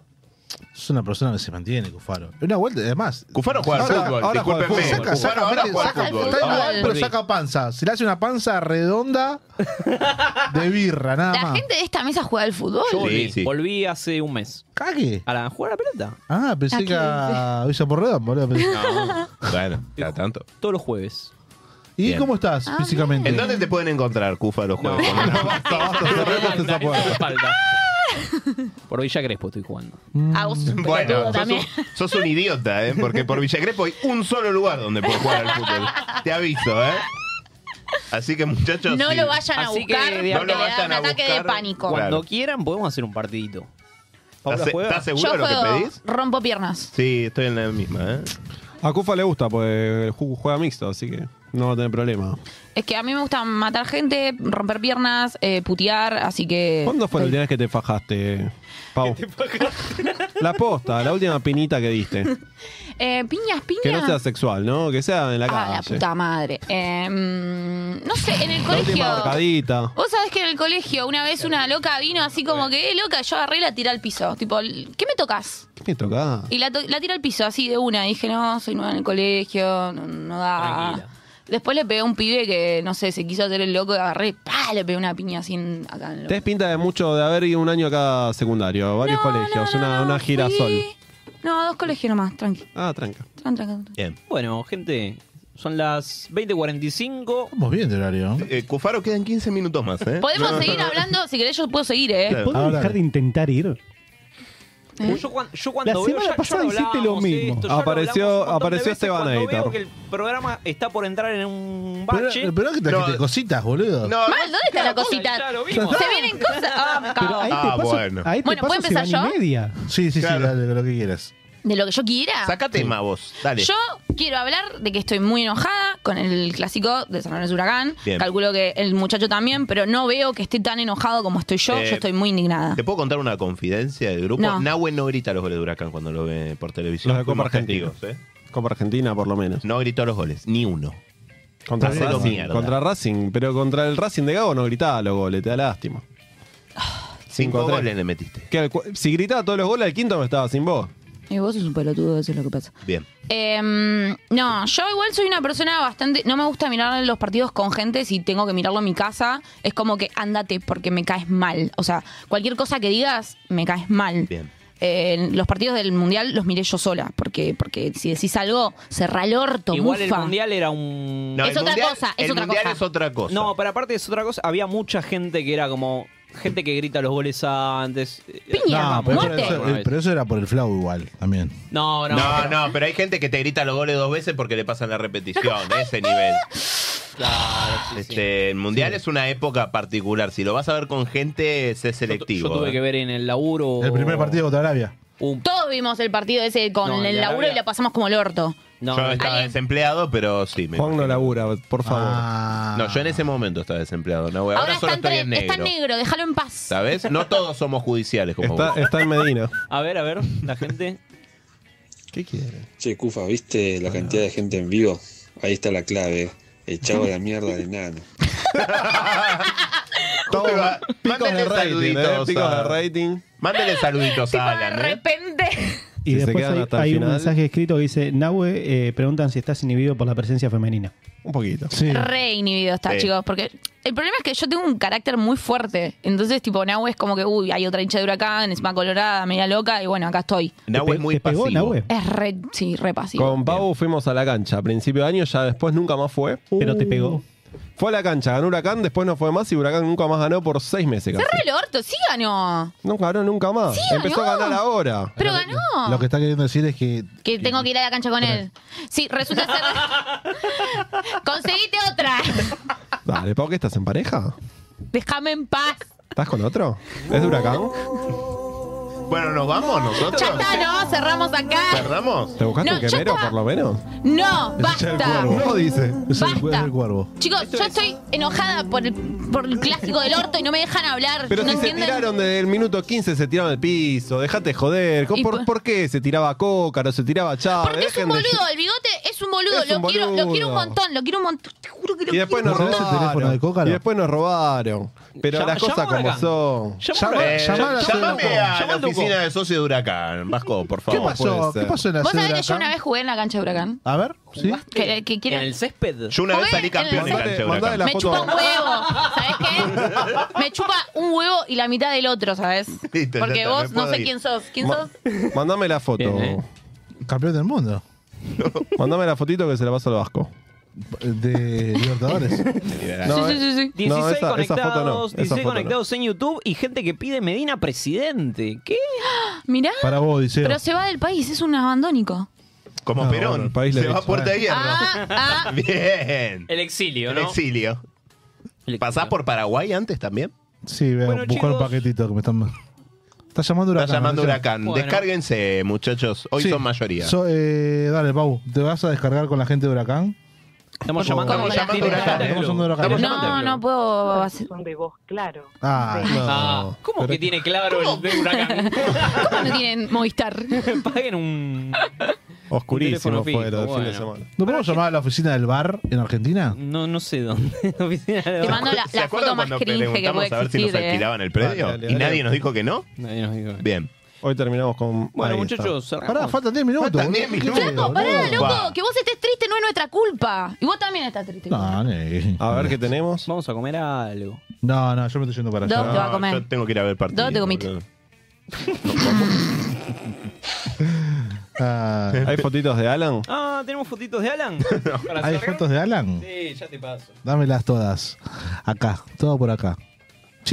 Speaker 1: Es una persona que se mantiene, Cufaro. Una vuelta, además.
Speaker 2: Cufaro juega al
Speaker 1: Ahora-
Speaker 2: fútbol,
Speaker 1: ahora juega al
Speaker 2: discúlpenme.
Speaker 1: fútbol. Saca,
Speaker 2: Cufaro
Speaker 1: saca,
Speaker 2: ahora
Speaker 1: mete-
Speaker 2: juega al
Speaker 1: saca-
Speaker 2: fútbol.
Speaker 1: Está igual,
Speaker 2: Ahora-
Speaker 1: pero saca panza. Se le hace una panza redonda de birra, nada
Speaker 5: La
Speaker 4: Ah.
Speaker 1: más.
Speaker 5: gente de esta mesa juega al fútbol.
Speaker 3: Yo volví, volví hace un mes.
Speaker 1: ¿Cague?
Speaker 3: ¿A la, jugar a la pelota?
Speaker 1: Ah,
Speaker 3: La
Speaker 1: pensé que a Villa Porredón, boludo. pensé.
Speaker 2: Bueno, cada tanto.
Speaker 3: Todos los jueves.
Speaker 1: ¿Y
Speaker 2: Bien.
Speaker 1: cómo estás
Speaker 3: Ah,
Speaker 1: físicamente?
Speaker 2: ¿En dónde te pueden encontrar, Cufaro, juegos?
Speaker 3: Falta. Por Villa Crespo estoy jugando.
Speaker 4: Mm.
Speaker 2: Bueno, sos un,
Speaker 3: también.
Speaker 2: sos un idiota, ¿eh? Porque por Villagrepo hay un solo lugar donde puedes jugar al fútbol. Te aviso, ¿eh? Así que, muchachos.
Speaker 5: No
Speaker 2: sí.
Speaker 5: lo vayan a buscar porque
Speaker 2: no
Speaker 5: le
Speaker 2: lo
Speaker 5: da
Speaker 2: vayan
Speaker 5: un
Speaker 2: a
Speaker 5: ataque de
Speaker 2: buscar.
Speaker 5: pánico.
Speaker 3: Cuando quieran podemos hacer un partidito. Paula,
Speaker 2: ¿Estás se-
Speaker 3: ¿juega?
Speaker 2: estás seguro
Speaker 5: Yo
Speaker 2: de lo que
Speaker 5: juego
Speaker 2: pedís?
Speaker 5: rompo piernas.
Speaker 2: Sí, estoy en la misma, ¿eh?
Speaker 4: A Cufa le gusta, pues ju- juega mixto, así que no va a tener problema.
Speaker 5: Es que a mí me gusta matar gente, romper piernas, eh, putear, así que...
Speaker 4: ¿Cuándo fue la última vez que te fajaste, Pau? La posta, la última pinita que diste.
Speaker 5: Eh, piñas, piñas.
Speaker 4: Que no sea sexual, ¿no? Que sea en la
Speaker 5: Ah, la
Speaker 4: calle.
Speaker 5: puta madre. Eh, mm, no sé, en el
Speaker 4: La última
Speaker 5: colegio...
Speaker 4: horcadita.
Speaker 5: Vos sabés que en el colegio una vez una loca vino así como que, eh, loca, yo agarré y la tiré al piso. Tipo, ¿qué me tocas?
Speaker 4: ¿Qué me tocaba?
Speaker 5: Y la, to- la tiré al piso así de una. Y dije, no, soy nueva en el colegio, no, no da. Después le pegué a un pibe que, no sé, se quiso hacer el loco y agarré, pa, le pegué una piña así en- acá en el
Speaker 4: Tenés pinta de mucho de haber ido un año a cada secundario, a varios colegios, una, una girasol.
Speaker 5: No, dos colegios nomás, tranqui.
Speaker 4: Ah, tranca.
Speaker 5: Tran, tran, tran.
Speaker 3: Bueno, gente, son las 20.45.
Speaker 1: Vamos bien de horario.
Speaker 2: Cufaro quedan 15 minutos más, ¿eh?
Speaker 5: Podemos seguir hablando, si querés yo puedo seguir, ¿eh?
Speaker 2: Claro.
Speaker 6: ¿Puedo dejar de intentar ir?
Speaker 3: Yo, cuan- yo cuando
Speaker 6: La
Speaker 3: veo
Speaker 6: semana
Speaker 3: ya- ya
Speaker 6: pasada
Speaker 3: lo
Speaker 6: hiciste lo
Speaker 3: hablábamos
Speaker 6: mismo.
Speaker 3: esto, ya lo
Speaker 4: Apareció-
Speaker 3: hablamos un montón de
Speaker 4: apareció
Speaker 3: veces,
Speaker 4: Esteban
Speaker 3: cuando
Speaker 4: a editar.
Speaker 3: veo que el programa está por entrar en un
Speaker 1: Pero,
Speaker 3: bache.
Speaker 1: pero que trajiste cositas, boludo.
Speaker 3: No,
Speaker 5: Mal, ¿dónde está la cosita? Se vienen cosas. Ah, me cago.
Speaker 1: ahí te Ah, paso- bueno. ahí te
Speaker 5: Bueno,
Speaker 1: paso
Speaker 5: ¿puedo empezar
Speaker 1: Sebani
Speaker 5: yo?
Speaker 1: Medi. Sí, sí, sí, dale, lo que quieras.
Speaker 5: De lo que yo quiera.
Speaker 2: Sacate tema vos, dale.
Speaker 5: Yo quiero hablar de que estoy muy enojada con el clásico de San Lorenzo Huracán.
Speaker 2: Bien.
Speaker 5: Calculo que el muchacho también, pero no veo que esté tan enojado como estoy yo.
Speaker 2: Eh,
Speaker 5: yo estoy muy indignada.
Speaker 2: ¿Te puedo contar una confidencia del grupo?
Speaker 5: Ah. No.
Speaker 2: Nahue no grita los goles de Huracán cuando lo ve por televisión.
Speaker 4: Los de Copa
Speaker 2: Fuimos
Speaker 4: Argentina.
Speaker 2: testigos, ¿eh?
Speaker 4: Copa Argentina, por lo menos.
Speaker 2: No gritó los goles, ni uno.
Speaker 4: Contra
Speaker 2: Hacelo
Speaker 4: Racing,
Speaker 2: mierda.
Speaker 4: contra Racing, pero contra el Racing de Gago no gritaba los goles, te da lástima.
Speaker 2: Ah, Cinco
Speaker 4: 5-3.
Speaker 2: goles le metiste.
Speaker 4: Que al cu- si gritaba todos los goles, al quinto no estaba sin vos.
Speaker 5: Y vos sos un pelotudo, eso es lo que pasa.
Speaker 2: Bien.
Speaker 5: Em, no, yo igual soy una persona bastante. No me gusta mirar los partidos con gente si tengo que mirarlo en mi casa. Es como que ándate porque me caes mal. O sea, cualquier cosa que digas, me caes mal. Eh, los partidos del mundial los miré yo sola. Porque, porque si decís algo, cerra el orto,
Speaker 3: Igual el
Speaker 5: mufa.
Speaker 3: mundial era un.
Speaker 5: No, Es el otra Mundial- cosa, es el otra Mundial cosa. es
Speaker 2: otra cosa.
Speaker 3: No, pero aparte es otra cosa. Había mucha gente que era como. Gente que grita los goles antes. Eh,
Speaker 5: Piña,
Speaker 3: no,
Speaker 1: No, pero eso, eh, pero eso era por el flow igual, también.
Speaker 3: No, no.
Speaker 2: No, no, pero hay gente que te grita los goles dos veces porque le pasan la repetición, de ese nivel. Este, el mundial es una época particular. Si lo vas a ver con gente, sé selectivo.
Speaker 3: Yo tuve
Speaker 2: ¿eh?
Speaker 3: que ver en el laburo.
Speaker 1: El primer partido contra Arabia.
Speaker 5: Todos vimos el partido ese con
Speaker 2: No, el
Speaker 5: el
Speaker 2: de
Speaker 5: laburo
Speaker 2: Arabia.
Speaker 5: y la pasamos como el orto.
Speaker 2: yo estaba desempleado, pero sí. Me Ah.
Speaker 4: Juan no labura, por favor.
Speaker 2: No, yo en ese momento estaba desempleado. No, güey, ahora, solo estoy en negro.
Speaker 5: Está negro, déjalo en paz.
Speaker 2: ¿Sabes? No todos somos judiciales como
Speaker 4: Está,
Speaker 2: vos.
Speaker 4: está en Medina.
Speaker 3: A ver, a ver, la gente.
Speaker 4: ¿Qué Ah. quiere?
Speaker 21: Che, Cufa, ¿viste la cantidad de gente en vivo? Ahí está la clave. El chavo de la mierda de nano.
Speaker 2: Justo iba- Mándale
Speaker 4: ¿eh?
Speaker 2: saluditos.
Speaker 4: Picos de
Speaker 2: a-
Speaker 4: rating.
Speaker 2: Mándale saluditos a Alan. ¿eh?
Speaker 6: Y
Speaker 4: Si se
Speaker 6: después
Speaker 4: quedan
Speaker 6: hay,
Speaker 4: hasta el
Speaker 6: hay un
Speaker 4: final.
Speaker 6: mensaje escrito que dice, Nahue, eh, preguntan si estás inhibido por la presencia femenina.
Speaker 4: Un poquito.
Speaker 6: Sí.
Speaker 5: Re inhibido está,
Speaker 6: Sí.
Speaker 5: chicos, porque el problema es que yo tengo un carácter muy fuerte. Entonces, tipo, Nahue es como que, uy, hay otra hincha de huracán, es más colorada, media loca, y bueno, acá estoy.
Speaker 4: Nahue es muy ¿Te pegó, pasivo. Nahue?
Speaker 5: Es re, sí, re pasivo.
Speaker 4: Con Pau fuimos a la cancha a principio de año, ya después nunca más fue. Uh.
Speaker 6: Pero te pegó.
Speaker 4: Fue a la cancha, ganó Huracán, después no fue más y Huracán nunca más ganó por seis meses. casi.
Speaker 5: Cerrá el orto, sí ganó.
Speaker 4: No ganó nunca más.
Speaker 5: Sí,
Speaker 4: Empezó
Speaker 5: ganó.
Speaker 4: a ganar ahora.
Speaker 5: Pero ganó.
Speaker 1: Lo que está queriendo decir es que
Speaker 5: Que tengo que ir a la cancha con él. Sí, resulta ser. Conseguite otra.
Speaker 4: Dale, Pau, ¿qué estás en pareja?
Speaker 5: Déjame en paz.
Speaker 4: ¿Estás con otro? ¿Es de Huracán?
Speaker 2: Bueno, nos vamos nosotros.
Speaker 5: Ya está, Ah, no, cerramos acá.
Speaker 2: ¿Cerramos?
Speaker 4: ¿Te buscaste
Speaker 5: No,
Speaker 4: un
Speaker 5: ya
Speaker 4: quemero,
Speaker 5: está.
Speaker 4: por lo menos?
Speaker 5: No, basta.
Speaker 4: No, dice.
Speaker 5: Basta.
Speaker 1: el cuervo.
Speaker 5: Chicos, yo estoy enojada por el, por el clásico del orto y no me dejan hablar.
Speaker 4: Pero
Speaker 5: ¿No
Speaker 4: si se
Speaker 5: entienden?
Speaker 4: tiraron desde el minuto 15, se tiraron al piso. Dejate joder.
Speaker 5: Y
Speaker 4: ¿Por,
Speaker 5: pu-
Speaker 4: por qué se tiraba Cócaro? ¿Se tiraba Chávez?
Speaker 5: Es un
Speaker 4: Dejen de-
Speaker 5: boludo, el bigote es un boludo.
Speaker 4: Es un
Speaker 5: lo, Quiero, lo quiero un
Speaker 4: boludo.
Speaker 5: montón, lo quiero un montón. juro que lo
Speaker 4: Y después nos
Speaker 1: ¿Tenés el teléfono de
Speaker 4: robaron.
Speaker 1: Cócaro?
Speaker 4: Y después nos robaron. Pero
Speaker 1: Llama-
Speaker 4: las cosas
Speaker 1: llama
Speaker 4: como
Speaker 1: Huracán.
Speaker 4: son.
Speaker 1: Llama- Eh, llamá a la
Speaker 2: Llámame
Speaker 1: sede de Huracán.
Speaker 2: a
Speaker 1: Llama
Speaker 2: la
Speaker 1: al Duco.
Speaker 2: oficina de socio de Huracán, Vasco, por
Speaker 1: ¿Qué
Speaker 2: favor.
Speaker 1: pasó? ¿Qué pasó en la
Speaker 5: Vos
Speaker 1: sede
Speaker 5: sabés que yo
Speaker 1: Huracán?
Speaker 5: una vez jugué en la cancha de Huracán.
Speaker 1: A ver, ¿sí?
Speaker 5: Que, que quiero-
Speaker 4: Eh,
Speaker 3: césped?
Speaker 2: Yo una vez salí campeón de cancha de Huracán.
Speaker 5: Me chupa un huevo, ¿sabés qué? Me chupa un huevo y la mitad del otro, ¿sabés?
Speaker 4: Listo, ya
Speaker 5: Porque
Speaker 4: está,
Speaker 5: vos
Speaker 4: me
Speaker 5: no
Speaker 4: puedo
Speaker 5: sé
Speaker 4: ir.
Speaker 5: quién sos. ¿Quién
Speaker 4: Ma-
Speaker 5: sos?
Speaker 4: Mandame la foto.
Speaker 1: Campeón del mundo.
Speaker 4: Mandame la fotito que se la paso al Vasco.
Speaker 1: De Libertadores.
Speaker 4: No,
Speaker 3: sí, sí, sí, sí.
Speaker 4: no,
Speaker 3: 16
Speaker 4: esa- esa
Speaker 3: conectados,
Speaker 4: foto no, esa
Speaker 3: 16
Speaker 4: foto no.
Speaker 3: conectados en YouTube y gente que pide Medina presidente. ¿Qué?
Speaker 5: Mirá.
Speaker 1: Para vos, dice.
Speaker 5: Pero se va del país, es un abandónico.
Speaker 2: Como
Speaker 1: No,
Speaker 2: Perón.
Speaker 1: bueno, el país le eh.
Speaker 2: se va a
Speaker 1: dice,
Speaker 2: puerta de
Speaker 1: bueno.
Speaker 2: hierro.
Speaker 5: Ah, ah.
Speaker 2: Bien.
Speaker 3: El exilio,
Speaker 2: El exilio. ¿Pasás por Paraguay antes también?
Speaker 1: Sí, voy a
Speaker 2: Bueno,
Speaker 1: buscar un
Speaker 2: chicos.
Speaker 1: paquetito que me están. Está llamando Huracán.
Speaker 2: Está llamando
Speaker 1: ¿no?
Speaker 2: Huracán. Descárguense, muchachos. Hoy
Speaker 1: Sí.
Speaker 2: son mayoría.
Speaker 1: So- eh, dale, Pau, ¿te vas a descargar con la gente de Huracán?
Speaker 3: Estamos
Speaker 1: llamando-
Speaker 2: Estamos llamando a Huracán.
Speaker 1: Estamos llamando a Huracán.
Speaker 2: Estamos
Speaker 5: No, no puedo.
Speaker 10: Son de vos, claro.
Speaker 1: Ah, no.
Speaker 3: Ah, ¿Cómo que tiene claro el de Huracán?
Speaker 5: ¿Cómo no tienen Movistar?
Speaker 3: Paguen un.
Speaker 4: Oscurísimo
Speaker 3: Teléfono fijo,
Speaker 4: fue el fin de
Speaker 3: bueno.
Speaker 4: semana.
Speaker 1: ¿No podemos llamar a la oficina del bar en Argentina?
Speaker 3: No, no sé dónde. Oficina de
Speaker 5: Te mando la,
Speaker 2: ¿Se
Speaker 5: la
Speaker 2: acuerdan
Speaker 5: foto más
Speaker 2: cuando
Speaker 5: cringe que
Speaker 2: preguntamos
Speaker 5: puede
Speaker 2: a ver si nos
Speaker 5: existir. eh?
Speaker 2: alquilaban el predio?
Speaker 4: Dale, dale,
Speaker 2: y
Speaker 4: dale.
Speaker 2: nadie nos dijo que no.
Speaker 3: Nadie nos dijo
Speaker 2: Bien.
Speaker 4: Hoy terminamos con.
Speaker 3: Bueno,
Speaker 4: Ahí
Speaker 3: muchachos,
Speaker 4: está.
Speaker 3: cerramos. Pará, faltan
Speaker 1: 10 minutos.
Speaker 4: Faltan 10 minutos.
Speaker 5: Flaco, pará,
Speaker 4: boludo.
Speaker 5: loco, que vos estés triste no es nuestra culpa. Y vos también estás triste.
Speaker 4: Ah. A ver qué tenemos.
Speaker 3: Vamos a comer algo.
Speaker 1: No, no, yo me estoy yendo para
Speaker 5: Dos
Speaker 1: allá.
Speaker 5: te va a comer.
Speaker 2: Yo tengo que ir a ver partido.
Speaker 5: ¿Dónde te comiste?
Speaker 2: boludo.
Speaker 1: Ah.
Speaker 4: ¿Hay fotitos de Alan?
Speaker 3: Ah, tenemos fotitos de Alan. Para
Speaker 1: ¿Hay
Speaker 3: cerrar.
Speaker 1: fotos de Alan?
Speaker 3: Sí, ya te paso.
Speaker 1: Dámelas todas. Acá, todo por acá.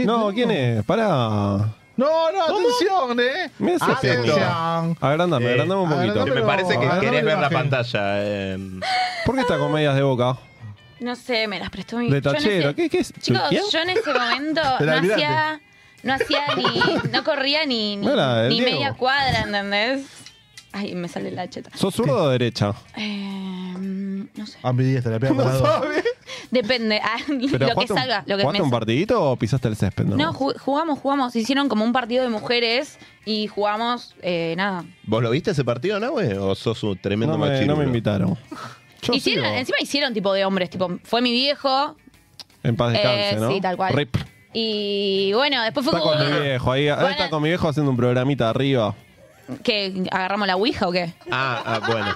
Speaker 4: no, ¿quién es? Pará.
Speaker 1: No, no, atención, eh.
Speaker 4: Mira ese
Speaker 1: atención.
Speaker 4: efecto. Agrándame,
Speaker 2: Eh,
Speaker 4: agrandame un poquito.
Speaker 2: Me parece que querés ver la
Speaker 4: pantalla.
Speaker 2: pantalla. eh.
Speaker 4: ¿Por qué está con medias de boca?
Speaker 5: No sé, me las prestó mi.
Speaker 4: De
Speaker 5: yo en ese-
Speaker 4: tachero. ¿Qué, qué es?
Speaker 5: Chicos,
Speaker 4: ¿Turquía?
Speaker 5: yo en ese momento
Speaker 4: Del
Speaker 5: no
Speaker 4: almirante.
Speaker 5: hacía, no hacía ni, no corría ni, ni,
Speaker 4: Mira, el
Speaker 5: ni
Speaker 4: Diego.
Speaker 5: media cuadra, ¿entendés? Ay, me sale la cheta.
Speaker 4: ¿Sos zurdo o derecha?
Speaker 5: Eh, no sé.
Speaker 1: Ambidiestra, la pega para las dos.
Speaker 5: Depende, ah,
Speaker 4: Pero
Speaker 5: lo que
Speaker 4: ¿jugaste un-
Speaker 5: salga, lo que
Speaker 4: ¿Jugaste
Speaker 5: me
Speaker 4: un partidito o pisaste el césped?
Speaker 5: No, ju- jugamos, jugamos. Hicieron como un partido de mujeres y jugamos, eh, nada.
Speaker 2: ¿Vos lo viste ese partido, no, güey? ¿O sos un tremendo
Speaker 4: No me-
Speaker 2: machirulo?
Speaker 4: no me invitaron.
Speaker 5: Hicieron, encima hicieron tipo de hombres, tipo, fue mi viejo.
Speaker 4: En paz descanse,
Speaker 5: eh,
Speaker 4: ¿no?
Speaker 5: Sí, tal cual.
Speaker 4: Rip.
Speaker 5: Y bueno, después fue
Speaker 4: Está con mi
Speaker 5: como
Speaker 4: viejo. Ahí, ahí está con mi viejo haciendo un programita arriba.
Speaker 5: que agarramos la ouija o qué.
Speaker 2: Ah, ah, bueno.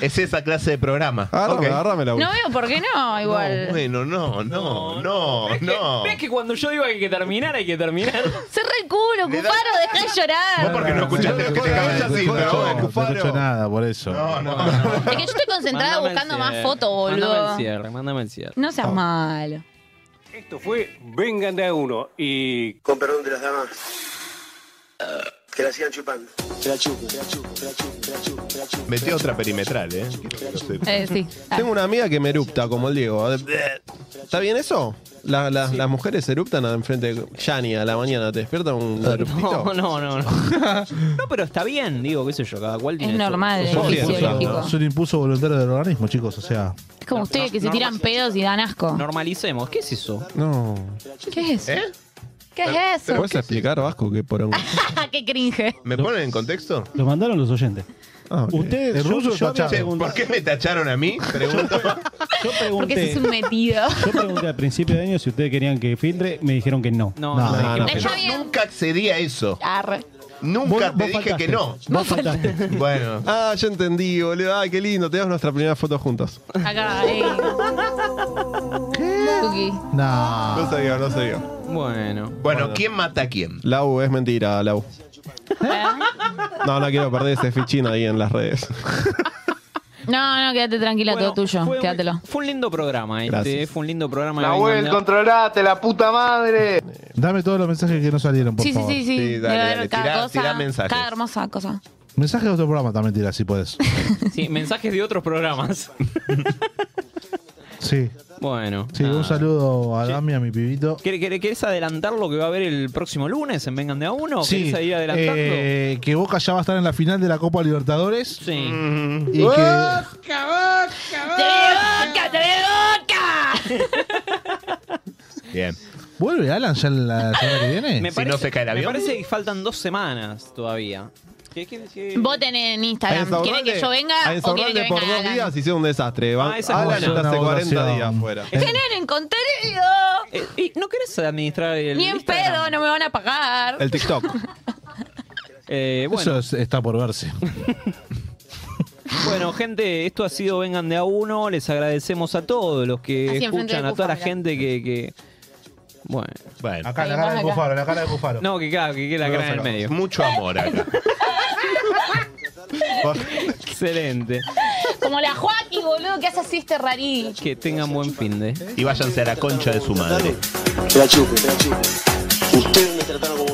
Speaker 2: Es esa clase de programa.
Speaker 4: Agárrame,
Speaker 2: Ok.
Speaker 4: agárrame la
Speaker 5: No veo por qué no, igual.
Speaker 2: No, bueno, no, no, no,
Speaker 3: No.
Speaker 2: no.
Speaker 3: ¿Ves que cuando yo digo que hay que terminar, hay que terminar?
Speaker 5: Cerra el culo, Cufaro, dejá de llorar.
Speaker 2: Porque no escuchaste lo que te cabeza, sí, pero bueno.
Speaker 1: No escucho nada por eso.
Speaker 2: No, no.
Speaker 5: Es que yo estoy concentrada
Speaker 3: Mándame el
Speaker 5: buscando más
Speaker 3: cierre.
Speaker 5: fotos,
Speaker 3: Mándame el
Speaker 5: boludo.
Speaker 3: cierre, mándame el cierre.
Speaker 5: No seas malo.
Speaker 22: Esto fue Vengan de a uno y.
Speaker 13: Con perdón de las damas. Que la sigan chupando. Te la chupo, te la chupo, te la chupo, te la chupo, te la chupo.
Speaker 2: Metió otra perimetral, ¿eh?
Speaker 5: Eh, sí.
Speaker 4: Tengo una amiga que me erupta, como el Diego. ¿Está bien eso? La- la- Las mujeres eruptan enfrente de Yani a la mañana. ¿Te despierta un eruptito?
Speaker 3: No, no, no, no. No, Ah, pero está bien, digo, qué sé yo, cada cual tiene su-
Speaker 5: normal,
Speaker 3: su-
Speaker 5: es
Speaker 3: su-
Speaker 1: Es un impulso-
Speaker 3: su-
Speaker 1: Es un impulso voluntario del organismo, chicos. O sea,
Speaker 5: Es como ustedes que se
Speaker 3: no,
Speaker 5: tiran pedos y dan asco.
Speaker 3: Normalicemos, ¿qué es eso?
Speaker 4: No.
Speaker 5: ¿Qué es eso?
Speaker 2: ¿Eh?
Speaker 5: ¿Qué es
Speaker 4: ¿Te
Speaker 5: eso? Ah,
Speaker 4: puedes explicar, Vasco, que por un...
Speaker 5: ¡Qué cringe!
Speaker 2: ¿Me ponen en contexto?
Speaker 6: Lo mandaron los oyentes. Ustedes, yo, yo había
Speaker 2: Che,
Speaker 6: preguntado-
Speaker 2: ¿Por qué me tacharon a mí? Pregunto.
Speaker 6: yo pregunté,
Speaker 5: Porque sos un metido.
Speaker 6: yo pregunté al principio de año si ustedes querían que filtre, me dijeron que no.
Speaker 3: No,
Speaker 1: no,
Speaker 2: no, no.
Speaker 5: Está
Speaker 2: Yo
Speaker 5: bien.
Speaker 2: nunca accedí a eso.
Speaker 5: Arre.
Speaker 2: Nunca te dije que no.
Speaker 6: Vos faltaste.
Speaker 2: Bueno.
Speaker 4: Ah, yo entendí, boludo. Ay, qué lindo. Tenemos nuestra primera foto juntos.
Speaker 5: Acá, ahí. Cookie.
Speaker 1: No.
Speaker 4: No se dio, no se dio.
Speaker 3: Bueno.
Speaker 2: Bueno, ¿quién mata a quién?
Speaker 4: Lau, es mentira, Lau.
Speaker 5: ¿Eh?
Speaker 4: No, no quiero perder ese fichín ahí en las redes.
Speaker 5: No, no, quédate tranquila,
Speaker 3: Bueno,
Speaker 5: todo tuyo.
Speaker 3: fue un-
Speaker 5: Quédatelo.
Speaker 3: Fue un lindo programa este,
Speaker 1: Gracias.
Speaker 3: fue un lindo programa. de
Speaker 15: Nahuel,
Speaker 3: Vengan de a-
Speaker 15: controlate, la puta madre.
Speaker 1: dame todos los mensajes que no salieron, por
Speaker 5: Sí, sí,
Speaker 1: favor.
Speaker 5: sí, sí. Debe haber cada cosa. Cada hermosa cosa.
Speaker 1: Mensajes de otro programa también tira, si puedes.
Speaker 3: Sí, mensajes de otros programas.
Speaker 1: Sí,
Speaker 3: Bueno.
Speaker 1: sí, un
Speaker 3: nada.
Speaker 1: saludo a Dami, a mi pibito.
Speaker 3: ¿Quere- quere- ¿Querés adelantar lo que va a haber el próximo lunes en Vengan de a uno?
Speaker 1: Sí,
Speaker 3: ¿Querés ir adelantando?
Speaker 1: eh, que Boca ya va a estar en la final de la Copa Libertadores.
Speaker 3: Sí.
Speaker 1: Y que
Speaker 5: ¡Boca, boca!
Speaker 2: Bien.
Speaker 1: ¿Vuelve Alan ya la semana que viene?
Speaker 3: Me
Speaker 2: Si no se cae el
Speaker 3: me
Speaker 2: avión.
Speaker 3: parece que faltan dos semanas todavía.
Speaker 22: ¿Qué, qué, qué?
Speaker 5: Voten en Instagram.
Speaker 4: A
Speaker 5: ¿Quieren que
Speaker 4: Insaurralde-
Speaker 5: yo venga
Speaker 4: a
Speaker 5: o quieren
Speaker 4: Insaurralde
Speaker 5: que venga
Speaker 4: Ah, por dos
Speaker 5: Alan?
Speaker 4: días hicieron un desastre. Van-
Speaker 3: Ah, esa es
Speaker 4: Alan
Speaker 3: buena.
Speaker 4: está hace
Speaker 3: Una
Speaker 4: 40
Speaker 3: votación.
Speaker 4: días afuera.
Speaker 5: ¡Generen contenido!
Speaker 3: Eh, ¿Y no querés administrar el
Speaker 5: Ni en
Speaker 3: Instagram?
Speaker 5: pedo, no me van a pagar.
Speaker 4: TikTok.
Speaker 3: Eh, bueno.
Speaker 1: Eso es- está por verse.
Speaker 3: Bueno, gente, esto ha sido Vengan de a uno. Les agradecemos a todos los que
Speaker 5: Así, enfrente
Speaker 3: escuchan,
Speaker 5: del
Speaker 3: a toda la
Speaker 5: Búfalo.
Speaker 3: gente que. que- Bueno.
Speaker 1: Acá, la cara de Cufaro, la cara de Cufaro.
Speaker 3: No, que, claro, que quede la
Speaker 1: Luego
Speaker 3: cara en el
Speaker 1: sacamos.
Speaker 3: medio.
Speaker 2: Mucho amor acá.
Speaker 3: Excelente.
Speaker 5: Como la Joaquín, boludo, que hace así este rarí.
Speaker 3: Que tengan buen fin de.
Speaker 2: Y váyanse a la concha de su madre.
Speaker 8: Te la chupo, te la chupo. Ustedes me trataron como